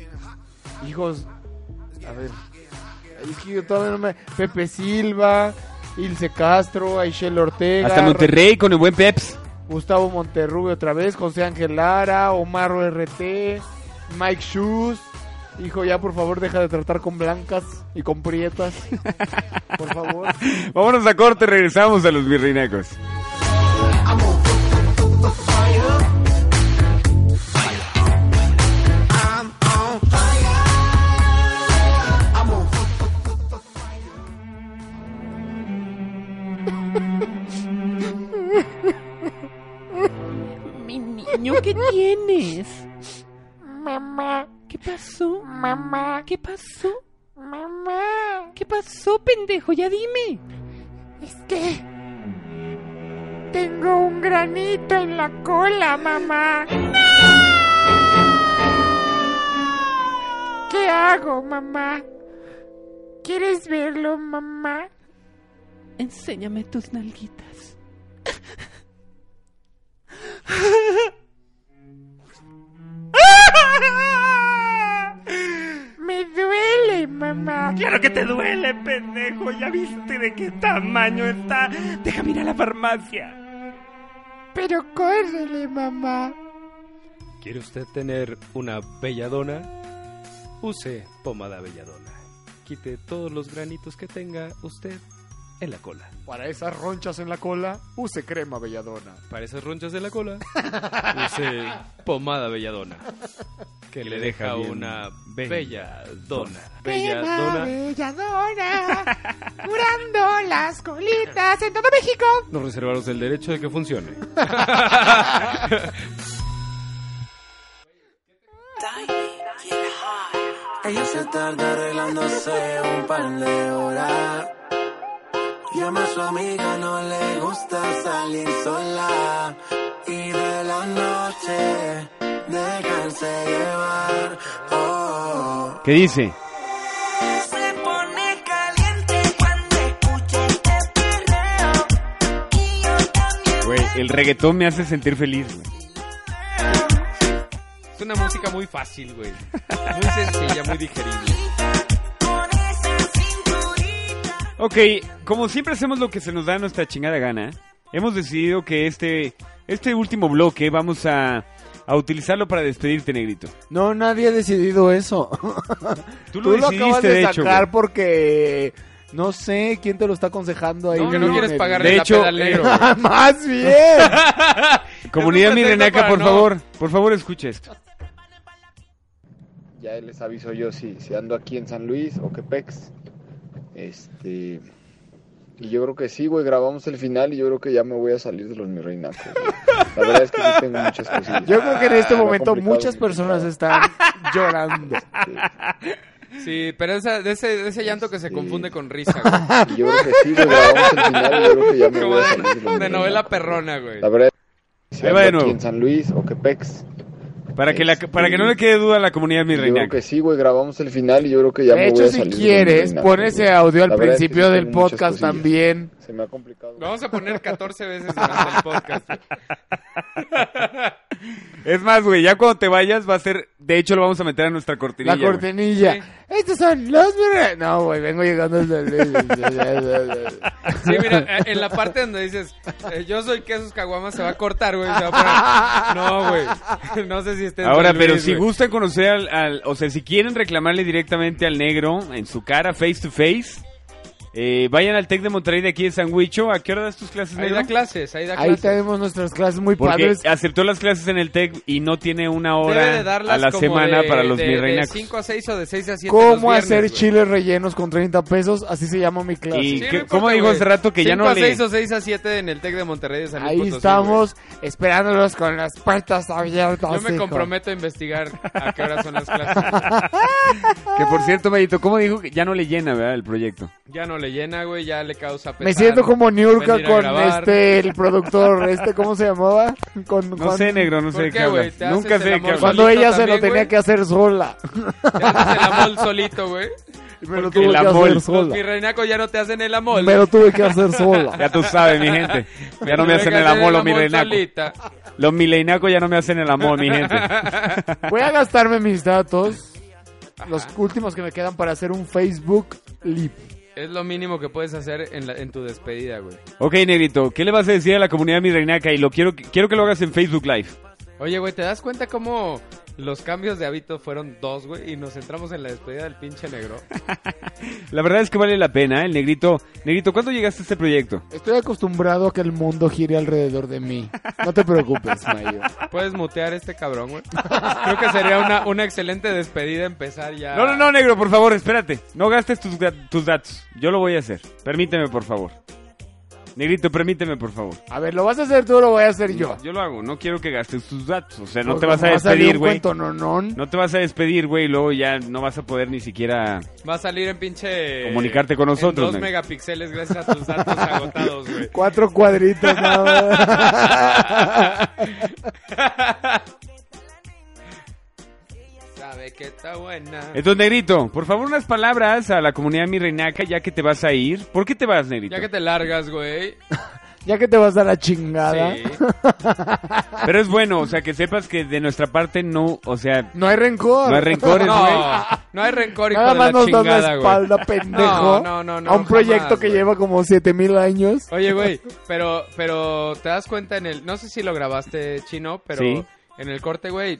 S1: hijos, a ver, es que yo todavía no me- Pepe Silva, Ilse Castro, Aishel Ortega,
S2: Hasta Monterrey con el buen Peps.
S1: Gustavo Monterrubio otra vez, José Ángel Lara, Omar RT, Mike Shoes. Hijo, ya por favor deja de tratar con blancas y con prietas.
S13: <laughs>
S1: Por favor.
S2: <laughs> Vámonos a corte, regresamos a los virrinacos.
S10: <laughs> Mi niño, ¿qué tienes? Mamá. ¿Qué pasó? Mamá. ¿Qué pasó? Mamá. ¿Qué pasó, pendejo? Ya dime.
S1: Es que tengo un granito en la cola, mamá.
S10: ¿Qué hago, mamá? ¿Quieres verlo, mamá? Enséñame tus nalguitas. Me duele, mamá.
S14: Claro que te duele, pendejo. Ya viste de qué tamaño está. Déjame ir a la farmacia.
S10: Pero córrele, mamá.
S13: ¿Quiere usted tener una belladona? Use pomada belladona. Quite todos los granitos que tenga usted en la cola.
S1: Para esas ronchas en la cola, use crema belladona.
S13: Para esas ronchas de la
S1: <laughs>
S13: cola, use pomada belladona. Que le deja
S1: bien
S13: una bella dona.
S14: Bella
S13: dona.
S10: Belladona, <laughs> curando las colitas en todo México.
S13: Nos reservamos el derecho de que funcione.
S7: Ella se tarda arreglándose un par de horas. Llama a su amiga, no le gusta salir sola. Y de la noche dejarse llevar. Oh, oh, oh.
S2: ¿Qué dice?
S7: Se pone este
S2: Güey, el reggaetón me hace sentir feliz, güey.
S3: Es una música muy fácil, güey. Muy sencilla, muy digerible.
S2: Ok, como siempre hacemos lo que se nos da nuestra chingada gana, hemos decidido que este, este último bloque vamos a, a utilizarlo para despedirte, negrito.
S1: No, nadie ha decidido <laughs> eso.
S2: Tú lo decidiste,
S1: acabas de,
S2: de hecho,
S1: sacar
S2: güey.
S1: porque no sé quién te lo está aconsejando ahí.
S3: No, que no quieres
S1: pagarle
S3: pagarle la peda
S2: eh,
S3: al
S2: <laughs>
S3: negro,
S1: <laughs>
S3: güey.
S1: Más bien.
S2: Comunidad
S1: Es un pretexto
S2: Mirenaca,
S1: para
S2: por
S1: no-
S2: favor, por favor escuche esto.
S6: Ya les aviso yo si, si ando aquí en San Luis o que pex. Este. Y yo creo que sí, güey. Grabamos el final y yo creo que ya me voy a salir de los mi reina. pues, La verdad es que sí tengo muchas cosillas.
S1: Yo creo que en este
S6: Está
S1: momento
S6: Ah, complicado
S1: muchas
S6: mi-
S1: personas
S6: <laughs>
S1: están llorando.
S3: Sí, pero esa- de, ese, de ese llanto que se confunde con risa,
S2: <laughs>
S3: güey.
S6: Y yo creo que sí, güey. Grabamos el final y yo creo que ya me
S3: Como
S6: voy a
S3: de-
S6: salir de los
S3: de
S6: mi
S3: novela
S6: reinaco.
S3: perrona, güey.
S6: La verdad es que
S2: Ahí va de
S6: ando aquí
S2: nuevo.
S6: en San Luis o que pex.
S2: Para que, la, para que no le
S6: Este,
S2: quede duda a la comunidad
S6: Yo creo
S2: Mirenaca.
S6: que sí, güey, grabamos el final y yo creo que ya
S1: De
S6: me
S1: hecho,
S6: voy a
S1: si
S6: salir. de
S1: quieres,
S6: mi
S1: pon
S6: reinaco,
S1: ese
S6: güey.
S1: audio al
S6: La verdad es que
S1: principio
S6: sí
S1: del
S6: tengo muchas
S1: podcast
S6: cosillas.
S1: también.
S6: Se me ha complicado.
S3: Vamos a poner 14 veces durante el podcast.
S2: Es más, güey, ya cuando te vayas va a ser... De hecho, lo vamos a meter a nuestra cortinilla.
S1: La
S2: güey.
S1: cortinilla. Estos son los... mire- No, güey, vengo llegando
S3: <laughs>
S1: desde...
S3: Sí, mira, eh, en la parte donde dices, eh, yo soy quesos caguama, se va a cortar, güey. se va
S1: Ah,
S3: a poner- No, güey. <laughs> No sé si estés.
S2: Ahora, pero si gustan conocer al, al- O sea, si quieren reclamarle directamente al negro en su cara, face to face, eh, vayan al Tec de Monterrey de aquí de San Huicho. ¿A qué hora das tus clases,
S3: Ahí
S2: negro?
S3: da clases, ahí da
S1: Ahí
S3: clases.
S1: tenemos nuestras clases muy
S2: Porque
S1: padres.
S2: aceptó las clases en el TEC y no tiene una hora
S3: Debe de darlas
S2: a la
S3: como
S2: semana
S3: de-
S2: para los
S3: de,
S2: virreinacos.
S3: De 5 a 6 o de 6 a 7.
S1: ¿Cómo hacer chiles rellenos con 30 pesos? Así se llama mi clase.
S2: ¿Y qué- cómo dijo hace rato que ya no
S3: a
S2: le...
S3: 6 o 6 a 7 en el Tec de Monterrey de San Luis
S1: Ahí
S3: Potosí,
S1: estamos esperándolos con las puertas abiertas.
S3: güey. Yo me
S1: hijo.
S3: comprometo a investigar a qué hora son las clases.
S1: <laughs>
S2: Que por cierto, Medito, ¿cómo dijo que ya no le llena, verdad, el proyecto?
S3: Ya no le llena, güey, ya le causa pesar.
S1: Me siento como Niurka
S3: Venir a
S1: con
S3: grabar.
S1: este, el productor, este, ¿cómo se llamaba? Con,
S2: No
S1: Juan-
S2: sé, negro, no sé
S3: ¿Por
S2: de
S3: qué,
S2: qué habla.
S3: güey? ¿Te haces
S2: Nunca sé
S3: el
S2: de qué
S3: amor
S2: habla.
S1: Cuando ella se lo
S3: también,
S1: tenía
S3: güey.
S1: que hacer
S2: <laughs>
S1: sola.
S3: Haces el amor solito, güey.
S1: Me lo
S3: Porque
S1: tuve que hacer
S3: Los
S1: sola.
S3: virreinacos ya no te hacen el amor.
S1: Me lo tuve que hacer sola.
S3: <laughs>
S2: Ya tú sabes, mi gente. Ya no me
S3: Tuve
S2: hacen
S3: que
S2: el
S3: hacer
S2: amor
S3: el
S2: los
S3: amor
S2: milenacos.
S3: solita.
S2: Los milenacos ya no me hacen el amor, mi gente.
S1: Voy a gastarme mis datos, los últimos que me quedan para hacer un Facebook Live.
S3: Es lo mínimo que puedes hacer en, la- en tu despedida, güey.
S2: Ok, negrito, ¿qué le vas a decir a la comunidad mi reinaca? Y lo quiero, quiero que lo hagas en Facebook Live.
S3: Oye, güey, ¿te das cuenta cómo los cambios de hábito fueron dos, güey? Y nos centramos en la despedida del pinche negro.
S2: La verdad es que vale la pena, ¿eh? el negrito. Negrito, ¿cuándo llegaste a este proyecto?
S1: Estoy acostumbrado a que el mundo gire alrededor de mí. No te preocupes, Mayo.
S3: ¿Puedes mutear a este cabrón, güey? Creo que sería una, una excelente despedida empezar ya.
S2: No, no, no, negro, por favor, espérate. No gastes tus, ga- tus datos. Yo lo voy a hacer. Permíteme, por favor. Negrito, permíteme, por favor.
S1: A ver, ¿lo vas a hacer tú o lo voy a hacer yo?
S2: Yo lo hago, no quiero que gastes tus datos. O sea, no
S1: Pues
S2: te vas a
S1: como va a salir
S2: despedir,
S1: un
S2: güey.
S1: cuento nonón.
S2: No te vas a despedir, güey, y luego ya no vas a poder ni siquiera...
S3: Va a salir en pinche.
S2: Comunicarte con nosotros,
S3: en dos
S2: negro.
S3: megapíxeles gracias a
S2: <laughs>
S3: tus datos agotados, güey.
S1: Cuatro cuadritos nada más.
S3: A de que está buena.
S2: Entonces, Negrito, por favor, unas palabras a la comunidad mi reinaca, ya que te vas a ir. ¿Por qué te vas, Negrito?
S3: Ya que te largas, güey.
S1: Ya que te vas a la <laughs> chingada.
S2: Pero es bueno, o sea, que sepas que de nuestra parte no, o sea,
S1: No hay rencor.
S2: No hay rencores,
S3: No,
S2: güey.
S3: no hay rencor, hijo
S1: Nada
S3: de la
S1: más nos das la
S3: chingada, güey.
S1: espalda, pendejo.
S3: No, no, no, no,
S1: a un proyecto
S3: jamás,
S1: que
S3: güey.
S1: lleva como 7000 años.
S3: Oye, güey, pero, pero te das cuenta en el... No sé si lo grabaste, Chino, pero
S1: Sí.
S3: en el corte, güey,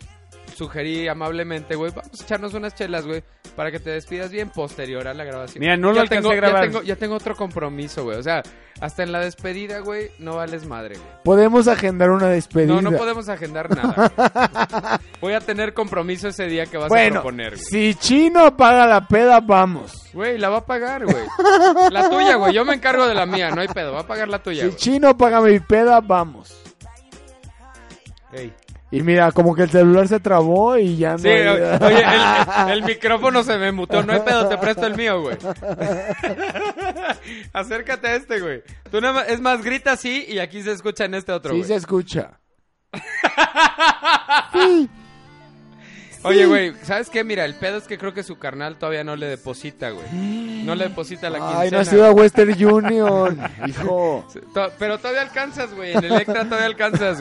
S3: sugerí amablemente, güey, vamos a echarnos unas chelas, güey, para que te despidas bien posterior a la grabación.
S2: Mira, no lo alcancé
S3: tengo-
S2: a grabar.
S3: Ya tengo, ya tengo otro compromiso, güey. O sea, hasta en la despedida, güey, no vales madre, güey.
S1: Podemos agendar una despedida.
S3: No, no podemos agendar
S1: <laughs>
S3: nada. güey. Voy a tener compromiso ese día que vas
S1: bueno,
S3: a proponer, güey.
S1: si Chino paga la peda, vamos.
S3: Güey, la va a pagar, güey. La tuya, güey. Yo me encargo de la mía, no hay pedo. Va a pagar la tuya,
S1: si
S3: güey.
S1: Chino paga mi peda, vamos.
S3: Ey.
S1: Y mira, como que el celular se trabó y ya no.
S3: Sí, o-
S1: <laughs>
S3: oye, el, el micrófono se me mutó. No hay pedo, te presto el mío,
S1: <laughs>
S3: güey. Acércate a este, güey. Tú nada más, es más, grita así y aquí se escucha en este otro,
S1: sí
S3: güey.
S1: se escucha.
S3: Oye, güey, ¿sabes qué? Mira, el pedo es que creo que su carnal todavía no le deposita, güey. No le deposita la quincena.
S1: Ay, no ha sido a Western
S3: <laughs>
S1: Union, hijo.
S3: To- Pero todavía alcanzas, güey. En Electra todavía alcanzas,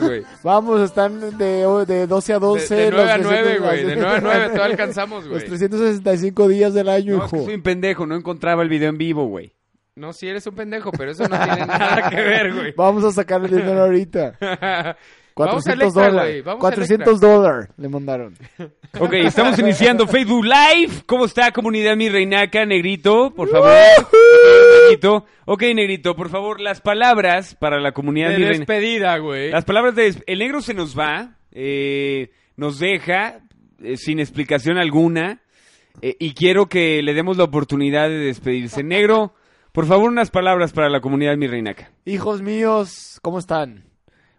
S2: <laughs>
S3: güey.
S1: Vamos, están de, de 12 a 12.
S3: de
S1: los
S3: 9 a
S2: pues,
S3: 9,
S1: 300
S3: güey, de 9 a 9,
S2: <laughs>
S3: todavía alcanzamos,
S1: <laughs>
S3: güey.
S1: Los 365 días del año,
S2: No, es que
S1: hijo.
S2: soy un pendejo, no encontraba el video en vivo, güey.
S3: No, si eres un pendejo, pero eso no tiene nada que
S2: <laughs>
S3: ver, güey.
S1: Vamos a sacar el dinero ahorita.
S3: <laughs> Vamos al
S1: 400
S3: extra,
S1: dólares.
S3: güey. Vamos al
S1: 400
S3: extra.
S1: dólares le mandaron.
S2: Ok, estamos iniciando Facebook Live. ¿Cómo está comunidad mi reinaca, Negrito? Por favor. Negrito. Ok, Negrito, por favor, las palabras para la comunidad
S3: De
S2: mi reinaca.
S3: despedida,
S1: Eh,
S3: güey.
S2: Las palabras de... El negro se nos va, eh, nos deja eh, sin explicación alguna eh, y quiero que le demos la oportunidad de despedirse. Negro, por favor, unas palabras para la comunidad mi reinaca.
S1: Hijos míos, ¿cómo están?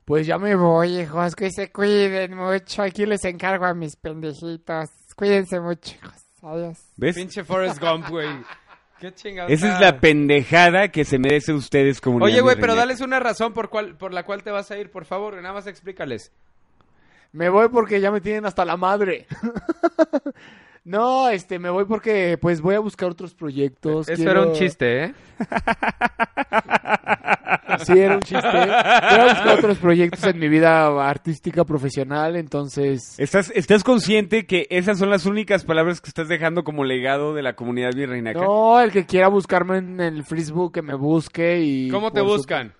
S1: Pues ya me voy, hijos. Que se cuiden mucho. Aquí les encargo a mis pendejitos. Cuídense mucho, hijos. Adiós.
S2: ¿Ves?
S3: Pinche Forrest Gump, güey. Qué chingada.
S2: Esa es la pendejada que se merece ustedes comunidad
S3: Oye,
S2: mi
S3: güey, pero
S2: reinaca.
S3: dales una razón por, cual, por la cual te vas a ir, por favor. Nada más explícales.
S1: Me voy porque ya me tienen hasta la
S3: <laughs>
S1: madre. no, este, me voy porque pues voy a buscar otros proyectos.
S3: Eso
S1: Quiero-
S3: era un chiste, ¿eh?
S1: Sí, era un
S3: <laughs>
S1: chiste. Voy a buscar otros proyectos en mi vida artística profesional, entonces...
S2: ¿Estás, ¿Estás consciente que esas son las únicas palabras que estás dejando como legado de la comunidad virreinaca?
S1: No, el que quiera buscarme en el Facebook, que me busque y...
S3: ¿Cómo te
S1: por su-
S3: buscan?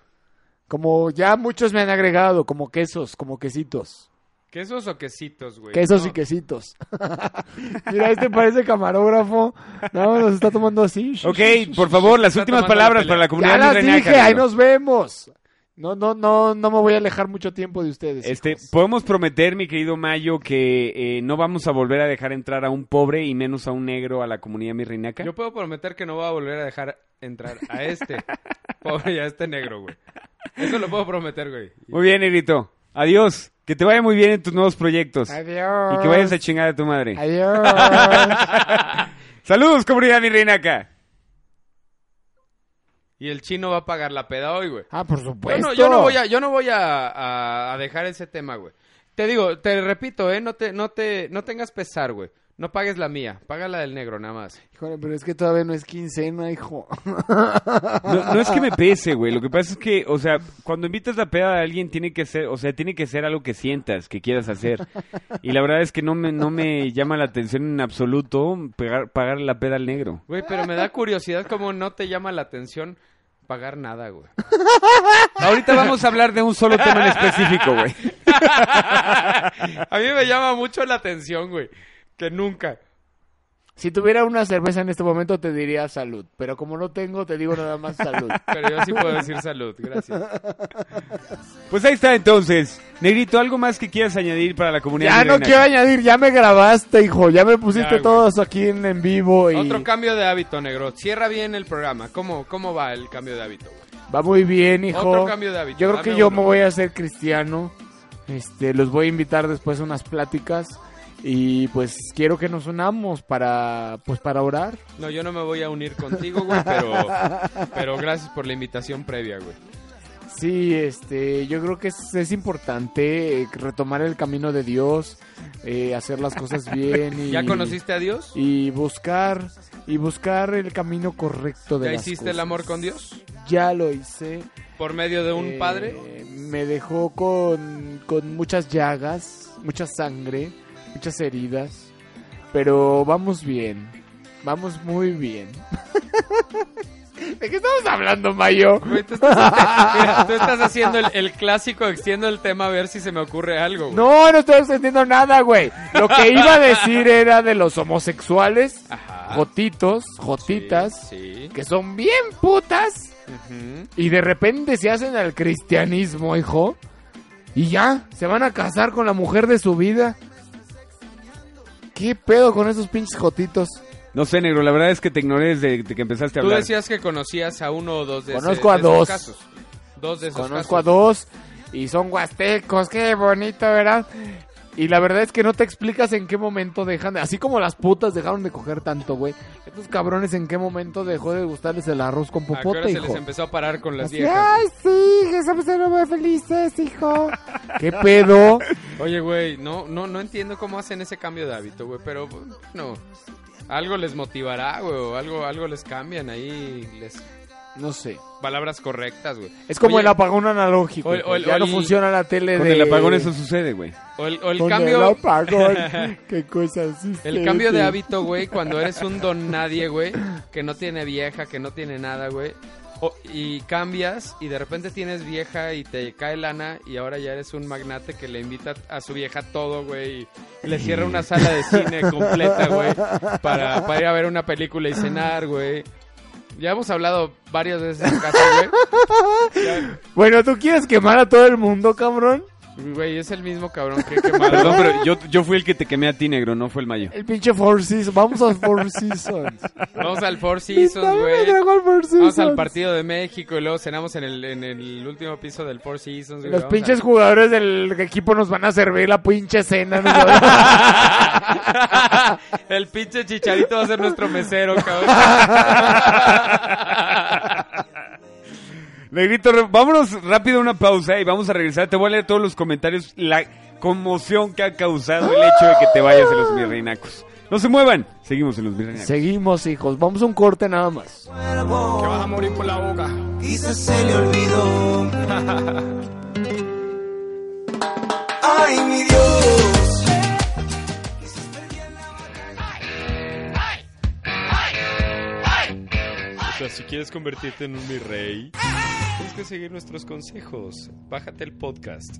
S1: Como ya muchos me han agregado, como quesos, como quesitos.
S3: ¿Quesos o quesitos, güey?
S2: Pues,
S1: Quesos
S3: No.
S1: y quesitos. <laughs> Mira, este parece camarógrafo. Nada más nos está tomando así.
S2: Ok, por favor, las
S1: Está
S2: últimas
S1: tomando
S2: palabras
S1: la
S2: para la
S1: Ya
S2: comunidad
S1: las
S2: virreinaca.
S1: dije, ahí
S2: negro.
S1: nos vemos. No, no, no, no me voy a alejar mucho tiempo de ustedes.
S2: Este, podemos prometer, mi querido Mayo, que eh, no vamos a volver a dejar entrar a un pobre y menos a un negro a la comunidad virreinaca.
S3: Yo puedo prometer que no voy a volver a dejar entrar a este. Pobre, a este negro, güey. Eso lo puedo prometer, güey.
S2: Muy bien, negrito. Adiós. Que te vaya muy bien en tus nuevos proyectos.
S1: Adiós.
S2: Y que vayas a chingar a tu madre.
S3: <laughs>
S1: Adiós.
S2: Saludos, comunidad virreinaca.
S3: Y el chino va a pagar la peda hoy, güey.
S1: Ah, por supuesto.
S3: Yo no, yo no voy, a, yo no voy a, a- a dejar ese tema, güey. Te digo, te repito, ¿eh? No, te, no, te, no tengas pesar, güey. No pagues la mía, paga la del negro nada más.
S1: Híjole, pero es que todavía no es quincena, hijo. <laughs>
S2: No, no es que me pese, güey. Lo que pasa es que, o sea, cuando invitas la peda a alguien tiene que ser, o sea, tiene que ser algo que sientas, que quieras hacer. Y la verdad es que no me, no me llama la atención en absoluto pegar, pagar la peda al negro.
S3: Güey, pero me da curiosidad cómo no te llama la atención pagar nada, güey. <laughs>
S2: Ahorita vamos a hablar de un solo tema en específico, güey.
S3: A mí me llama mucho la atención, güey. Que nunca.
S1: Si tuviera una cerveza en este momento te diría salud, pero como no tengo te digo nada más
S2: <laughs>
S1: salud.
S3: Pero yo sí puedo decir salud, gracias.
S1: <laughs>
S2: Pues ahí está entonces. Negrito, ¿algo más que quieras añadir para la comunidad?
S1: Ya no
S2: milenaria?
S1: quiero añadir, ya me grabaste, hijo, ya me
S3: Ya,
S1: pusiste
S3: güey.
S1: todos aquí en, en vivo y
S3: Otro cambio de hábito, negro. Cierra bien el programa. ¿Cómo, cómo va el cambio de hábito, güey?
S1: va muy bien, hijo.
S3: Otro cambio de hábito,
S1: Yo creo
S3: dame
S1: que yo
S3: uno.
S1: me voy a hacer cristiano. Este, los voy a invitar después a unas pláticas y pues quiero que nos unamos para pues para orar. <laughs>
S3: No, yo no me voy a unir contigo, güey, pero, pero gracias por la invitación previa, güey.
S1: Sí, este, yo creo que es, es importante eh, retomar el camino de Dios, eh, hacer las
S3: <laughs>
S1: cosas bien. Y,
S3: ¿Ya conociste a Dios?
S1: Y buscar, y buscar el camino correcto de
S3: ¿Ya
S1: las
S3: hiciste
S1: cosas.
S3: el amor con Dios?
S1: Ya lo hice.
S3: ¿Por medio de un
S1: Eh,
S3: padre?
S1: Me dejó con, con muchas llagas, mucha sangre, muchas heridas. Pero vamos bien. Vamos muy bien. <laughs> ¿De qué estamos hablando, Mayo?
S3: Güey, tú estás,
S1: <laughs>
S3: mira, tú estás haciendo el, el clásico, extiendo el tema a ver si se me ocurre algo. güey.
S1: No, no estoy entendiendo nada, güey. Lo
S3: <laughs>
S1: que iba a decir era de los homosexuales, jotitos, jotitas,
S3: Ah. sí.
S1: que son bien putas
S3: Ujú.
S1: y de repente se hacen al cristianismo, hijo. Y ya, se van a casar con la mujer de su vida. ¿Qué pedo con esos pinches jotitos?
S2: No sé, negro, la verdad es que te ignoré desde que empezaste a
S3: Tú
S2: hablar.
S3: decías que conocías a uno o dos de, ese-
S1: Conozco a
S3: de esos
S1: dos.
S3: casos. Dos de esos
S1: Conozco a
S3: casos.
S1: dos y son huastecos, qué bonito, ¿verdad? Y la verdad es que no te explicas en qué momento dejan, de- así como las putas dejaron de coger tanto, güey. Estos cabrones en qué momento dejó de gustarles el arroz con
S3: ¿A qué hora
S1: popote,
S3: se les
S1: hijo.
S3: empezó a parar con las
S1: Así,
S3: viejas?
S1: Ay, sí, que somos de nuevo felices, hijo. ¿Qué pedo?
S3: Oye, güey, no, no, no entiendo cómo hacen ese cambio de hábito, güey, pero no. Algo les motivará, güey, o algo, algo les cambian ahí, les...
S1: No sé.
S3: Palabras correctas, güey.
S1: Es como
S3: Oye,
S1: el apagón analógico.
S3: o-
S1: hijo.
S3: o-
S1: ya
S3: o
S1: no
S3: el-
S1: funciona la tele
S2: Con
S1: de...
S2: el apagón eso sucede, güey.
S3: O el, o el
S1: Con
S3: cambio...
S1: el apagón.
S3: <laughs>
S1: qué cosas.
S3: El cambio de hábito, güey, cuando eres un don nadie, güey, que no tiene vieja, que no tiene nada, güey. o- y cambias y de repente tienes vieja y te cae lana y ahora ya eres un magnate que le invita a su vieja todo, güey. y Le cierra una sala de cine completa, güey, para, para ir a ver una película y cenar, güey. Ya hemos hablado varias veces en casa, güey. Ya,
S1: Bueno, ¿tú quieres quemar a todo el mundo, cabrón?
S3: Güey, es el mismo cabrón que quemaron.
S2: Perdón, pero yo, yo fui el que te quemé a ti, negro, no fue
S1: <laughs>
S2: el mayo.
S1: El pinche Four Seasons. Vamos al Four Seasons.
S3: Vamos al Four <laughs> Seasons,
S1: También me
S3: güey.
S1: trajo al Four
S3: Vamos al
S1: Seasons.
S3: partido de México y luego cenamos en el, en el último piso del Four Seasons, güey.
S1: Los
S3: Vamos
S1: pinches <laughs>
S3: a-
S1: jugadores del equipo nos van a servir la pinche cena. ¿no?
S3: <laughs> El pinche chicharito va a ser nuestro mesero, cabrón.
S2: Negrito, re- vámonos rápido a una pausa y vamos a regresar. Te voy a leer todos los comentarios, la conmoción que ha causado el hecho de que te vayas de los
S1: <gasps>
S2: mirreinacos. No se muevan, seguimos en los mirreinacos.
S1: Seguimos, hijos. Vamos a un corte nada más.
S15: Que vas a morir por la boca.
S4: Quizás se le <laughs> olvidó. Ay, mi Dios.
S16: O sea, si quieres convertirte en un mi rey, tienes que seguir nuestros consejos. Bájate el podcast.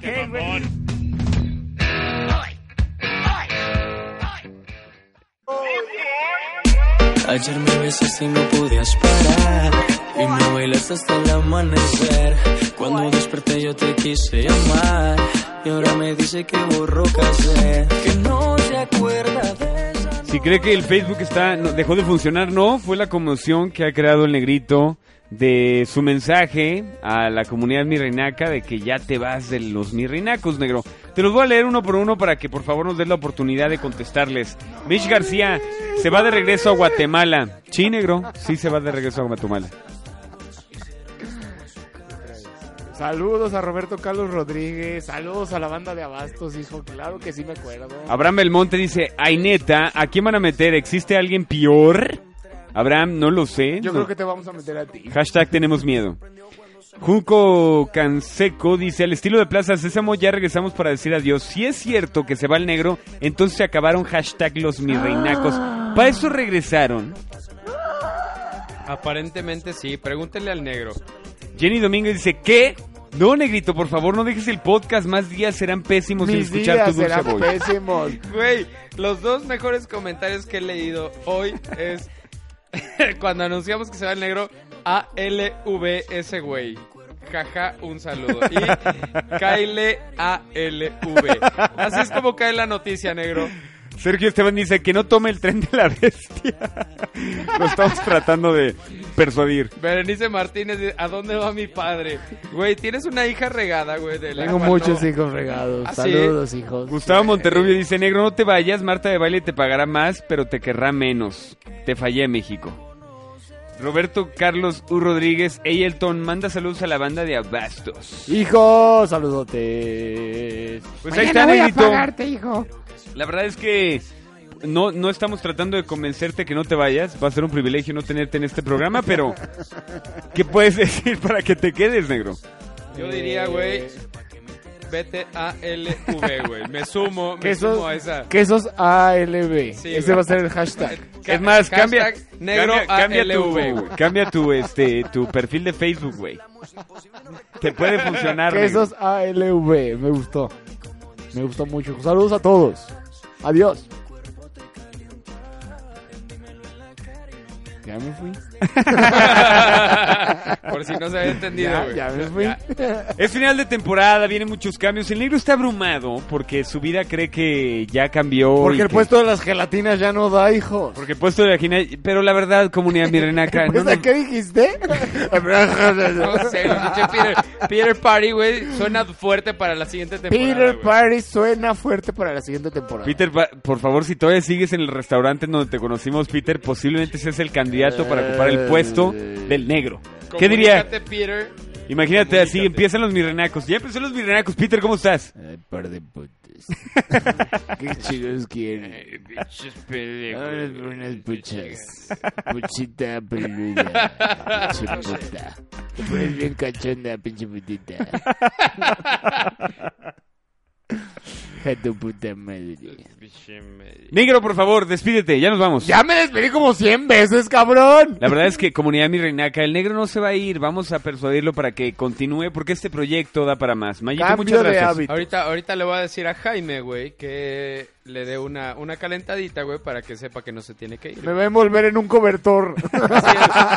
S15: ¡Qué mamón!
S7: Ayer me besaste y no podías parar Y me bailaste hasta el amanecer Cuando desperté yo te quise llamar Y ahora me dice que borró casé Que no se acuerda de
S2: Si cree que el Facebook está no, dejó de funcionar, no, fue la conmoción que ha creado el negrito de su mensaje a la comunidad mirreinaca de que ya te vas de los mirreinacos, negro. Te los voy a leer uno por uno para que por favor nos des la oportunidad de contestarles. Mitch García se va de regreso a Guatemala. Sí, negro, sí se va de regreso a Guatemala.
S1: Saludos a Roberto Carlos Rodríguez. Saludos a la banda de Abastos, hijo. Claro que sí me acuerdo.
S2: Abraham Belmonte dice, ay neta, ¿a quién van a meter? ¿Existe alguien peor? Abraham, no lo sé.
S1: Yo
S2: no-
S1: creo que te vamos a meter a ti.
S2: Hashtag tenemos miedo. Junco Canseco dice, al estilo de Plaza Sésamo ya regresamos para decir adiós. Si es cierto que se va el negro, entonces se acabaron hashtag los mirreinacos. Para eso regresaron.
S3: Aparentemente sí, pregúntenle al negro.
S2: Jenny Domínguez dice, ¿qué? No, negrito, por favor, no dejes el podcast. Más días serán pésimos sin
S1: Mis
S2: escuchar
S1: días
S2: tu dulce
S1: serán
S2: voz.
S1: pésimos.
S3: Güey, los dos mejores comentarios que he leído hoy es <laughs> cuando anunciamos que se va el negro ALVS, güey. Jaja, un saludo. Y
S2: <laughs>
S3: KLALV. Así es como cae la noticia, negro.
S2: Sergio Esteban dice que no tome el tren de la bestia. <laughs> Lo estamos tratando de persuadir.
S3: Berenice Martínez, dice, ¿a dónde va mi padre? Güey, tienes una hija regada, güey. de la
S1: Tengo
S3: cual
S1: muchos
S3: no-
S1: hijos regados.
S3: ¿Ah, sí?
S1: Saludos, hijos.
S2: Gustavo Monterrubio dice, negro, no te vayas, Marta de Baile te pagará más, pero te querrá menos. Te fallé, México. Roberto Carlos U. Rodríguez, Eyelton, manda saludos a la banda de Abastos.
S1: Hijo, saludotes.
S2: Pues ahí está, Negrito.
S12: hijo.
S2: La verdad es que no, no estamos tratando de convencerte que no te vayas. Va a ser un privilegio no tenerte en este programa, pero ¿qué puedes <laughs> decir para que te quedes, negro?
S3: Yo diría, güey, vete a LV, güey. Me sumo, me
S1: Quesos,
S3: sumo a esa.
S1: quesos ALB.
S3: Sí,
S1: Ese
S3: güey.
S1: va a ser el
S3: <laughs>
S1: hashtag.
S3: Ca-
S2: Es más,
S3: hashtag
S2: cambia,
S3: negro
S2: cambia, cambia tu,
S3: ALV,
S2: güey, cambia tu, este, tu perfil de Facebook, güey. Te puede funcionar. negro.
S1: Quesos ALV. Me gustó. Me gustó mucho. Saludos a todos. Adiós. Ya me fui.
S3: <laughs> Por si no se había entendido,
S1: Ya,
S3: güey.
S1: ya me fui.
S3: Ya.
S2: Es final de temporada, vienen muchos cambios. El negro está abrumado porque su vida cree que ya cambió. y
S1: Porque el
S2: que-
S1: puesto de las gelatinas ya no da, hijos.
S2: Porque el puesto de la gina- Pero la verdad, comunidad
S1: <laughs>
S2: mirenaca, no
S1: ¿Pues
S2: nos-
S1: a qué
S3: <laughs>
S1: dijiste?
S3: No sé, güey, pinche Peter, Peter Party, güey, suena fuerte para la siguiente temporada.
S1: Peter
S3: güey.
S1: Party suena fuerte para la siguiente temporada.
S2: Peter, pa- por favor, si todavía sigues en el restaurante en donde te conocimos, Peter, posiblemente seas el candidato para ocupar el puesto del negro. ¿Qué diría?
S3: Comunícate, Peter.
S2: Imagínate, así empiezan los mirenacos. Ya empezaron los mirenacos. Peter, ¿cómo estás?
S1: Eh, par de <laughs> putas. ¿Qué chicos quieren? Ahora por unas puchas. <laughs> Puchita peluda. Pinche puta. Te pones bien cachonda, pinche putita. A tu puta madre.
S2: Negro, por favor, despídete. Ya nos vamos.
S1: Ya me despedí como 100 veces, cabrón.
S2: La verdad es que comunidad mi reinaca, el negro no se va a ir, vamos a persuadirlo para que continúe porque este proyecto da para más. Mayito, muchas gracias.
S3: Ahorita, ahorita le voy a decir a Jaime, güey, que le dé una, una calentadita, güey, para que sepa que no se tiene que ir.
S1: Me va a envolver en un cobertor.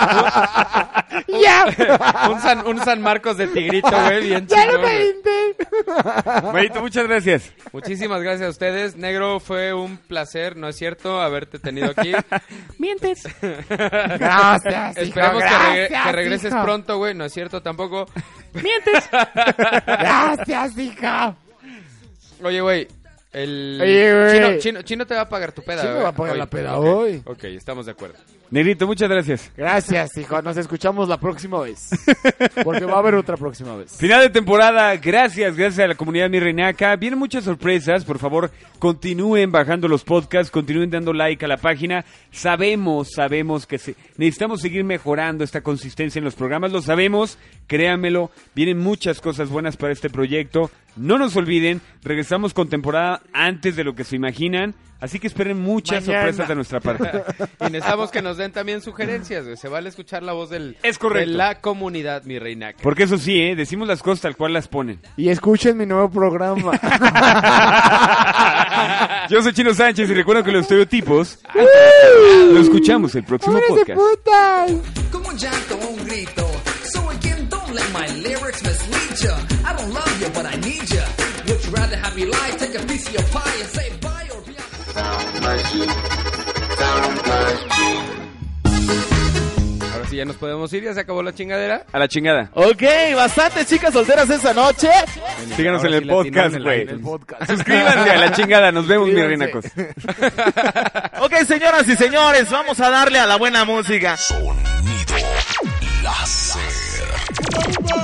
S3: <laughs>
S1: ¡Ya!
S3: un, San, un San Marcos de tigrito, güey,
S1: <laughs>
S3: bien
S1: ¡Ya
S3: chido.
S1: no me hinten!
S2: Mayito, muchas gracias.
S3: Muchísimas gracias a ustedes. Negro, fue un placer, ¿no es cierto? Haberte tenido aquí.
S12: Mientes.
S3: Gracias.
S12: hijo,
S3: Esperamos que, regre-
S12: gracias,
S3: que regreses
S12: hijo.
S3: pronto, güey. No es cierto tampoco.
S12: Mientes.
S1: Gracias, hija.
S3: Oye, güey. El...
S1: Oye, güey.
S3: Chino, Chino- Chino te va a pagar tu peda,
S1: Chino
S3: güey.
S1: va a pagar
S3: Hoy.
S1: la peda
S3: Ok,
S1: hoy.
S3: Ok, estamos de acuerdo.
S2: Negrito, muchas gracias.
S1: Gracias, hijo. Nos escuchamos la próxima
S2: <laughs>
S1: vez. Porque va a haber otra próxima vez.
S2: Final de temporada, gracias, gracias a la comunidad mi reinaca. Vienen muchas sorpresas, por favor, continúen bajando los podcasts, continúen dando like a la página. Sabemos, sabemos que se- necesitamos seguir mejorando esta consistencia en los programas, lo sabemos, créanmelo, vienen muchas cosas buenas para este proyecto. No nos olviden, regresamos con temporada antes de lo que se imaginan, así que esperen muchas
S3: Mañana.
S2: sorpresas de nuestra parte.
S3: Y necesitamos que nos den también sugerencias, güey. Se vale escuchar la voz del,
S2: Es correcto.
S3: de la comunidad, mi reinaca.
S2: Porque eso sí, ¿eh? decimos las cosas tal cual las ponen.
S1: Y escuchen mi nuevo
S2: <laughs>
S1: programa.
S2: Yo soy Chino Sánchez y recuerdo que los estereotipos lo escuchamos el próximo podcast.
S17: Como un llanto o un grito. So again, don't let my lyrics mislead ya. I don't love you, but I need ya. Would you rather have me lie, take a piece of your pie and say bye or be
S3: Ahora sí ya nos podemos ir, ya se acabó la chingadera.
S2: A la chingada.
S9: Ok, bastantes chicas solteras esa noche.
S2: Síganos en el podcast, güey.
S9: podcast.
S2: Suscríbanse a la chingada. Nos vemos, mi renacos.
S9: Ok, señoras y señores, vamos a darle a la buena música.
S18: Láser.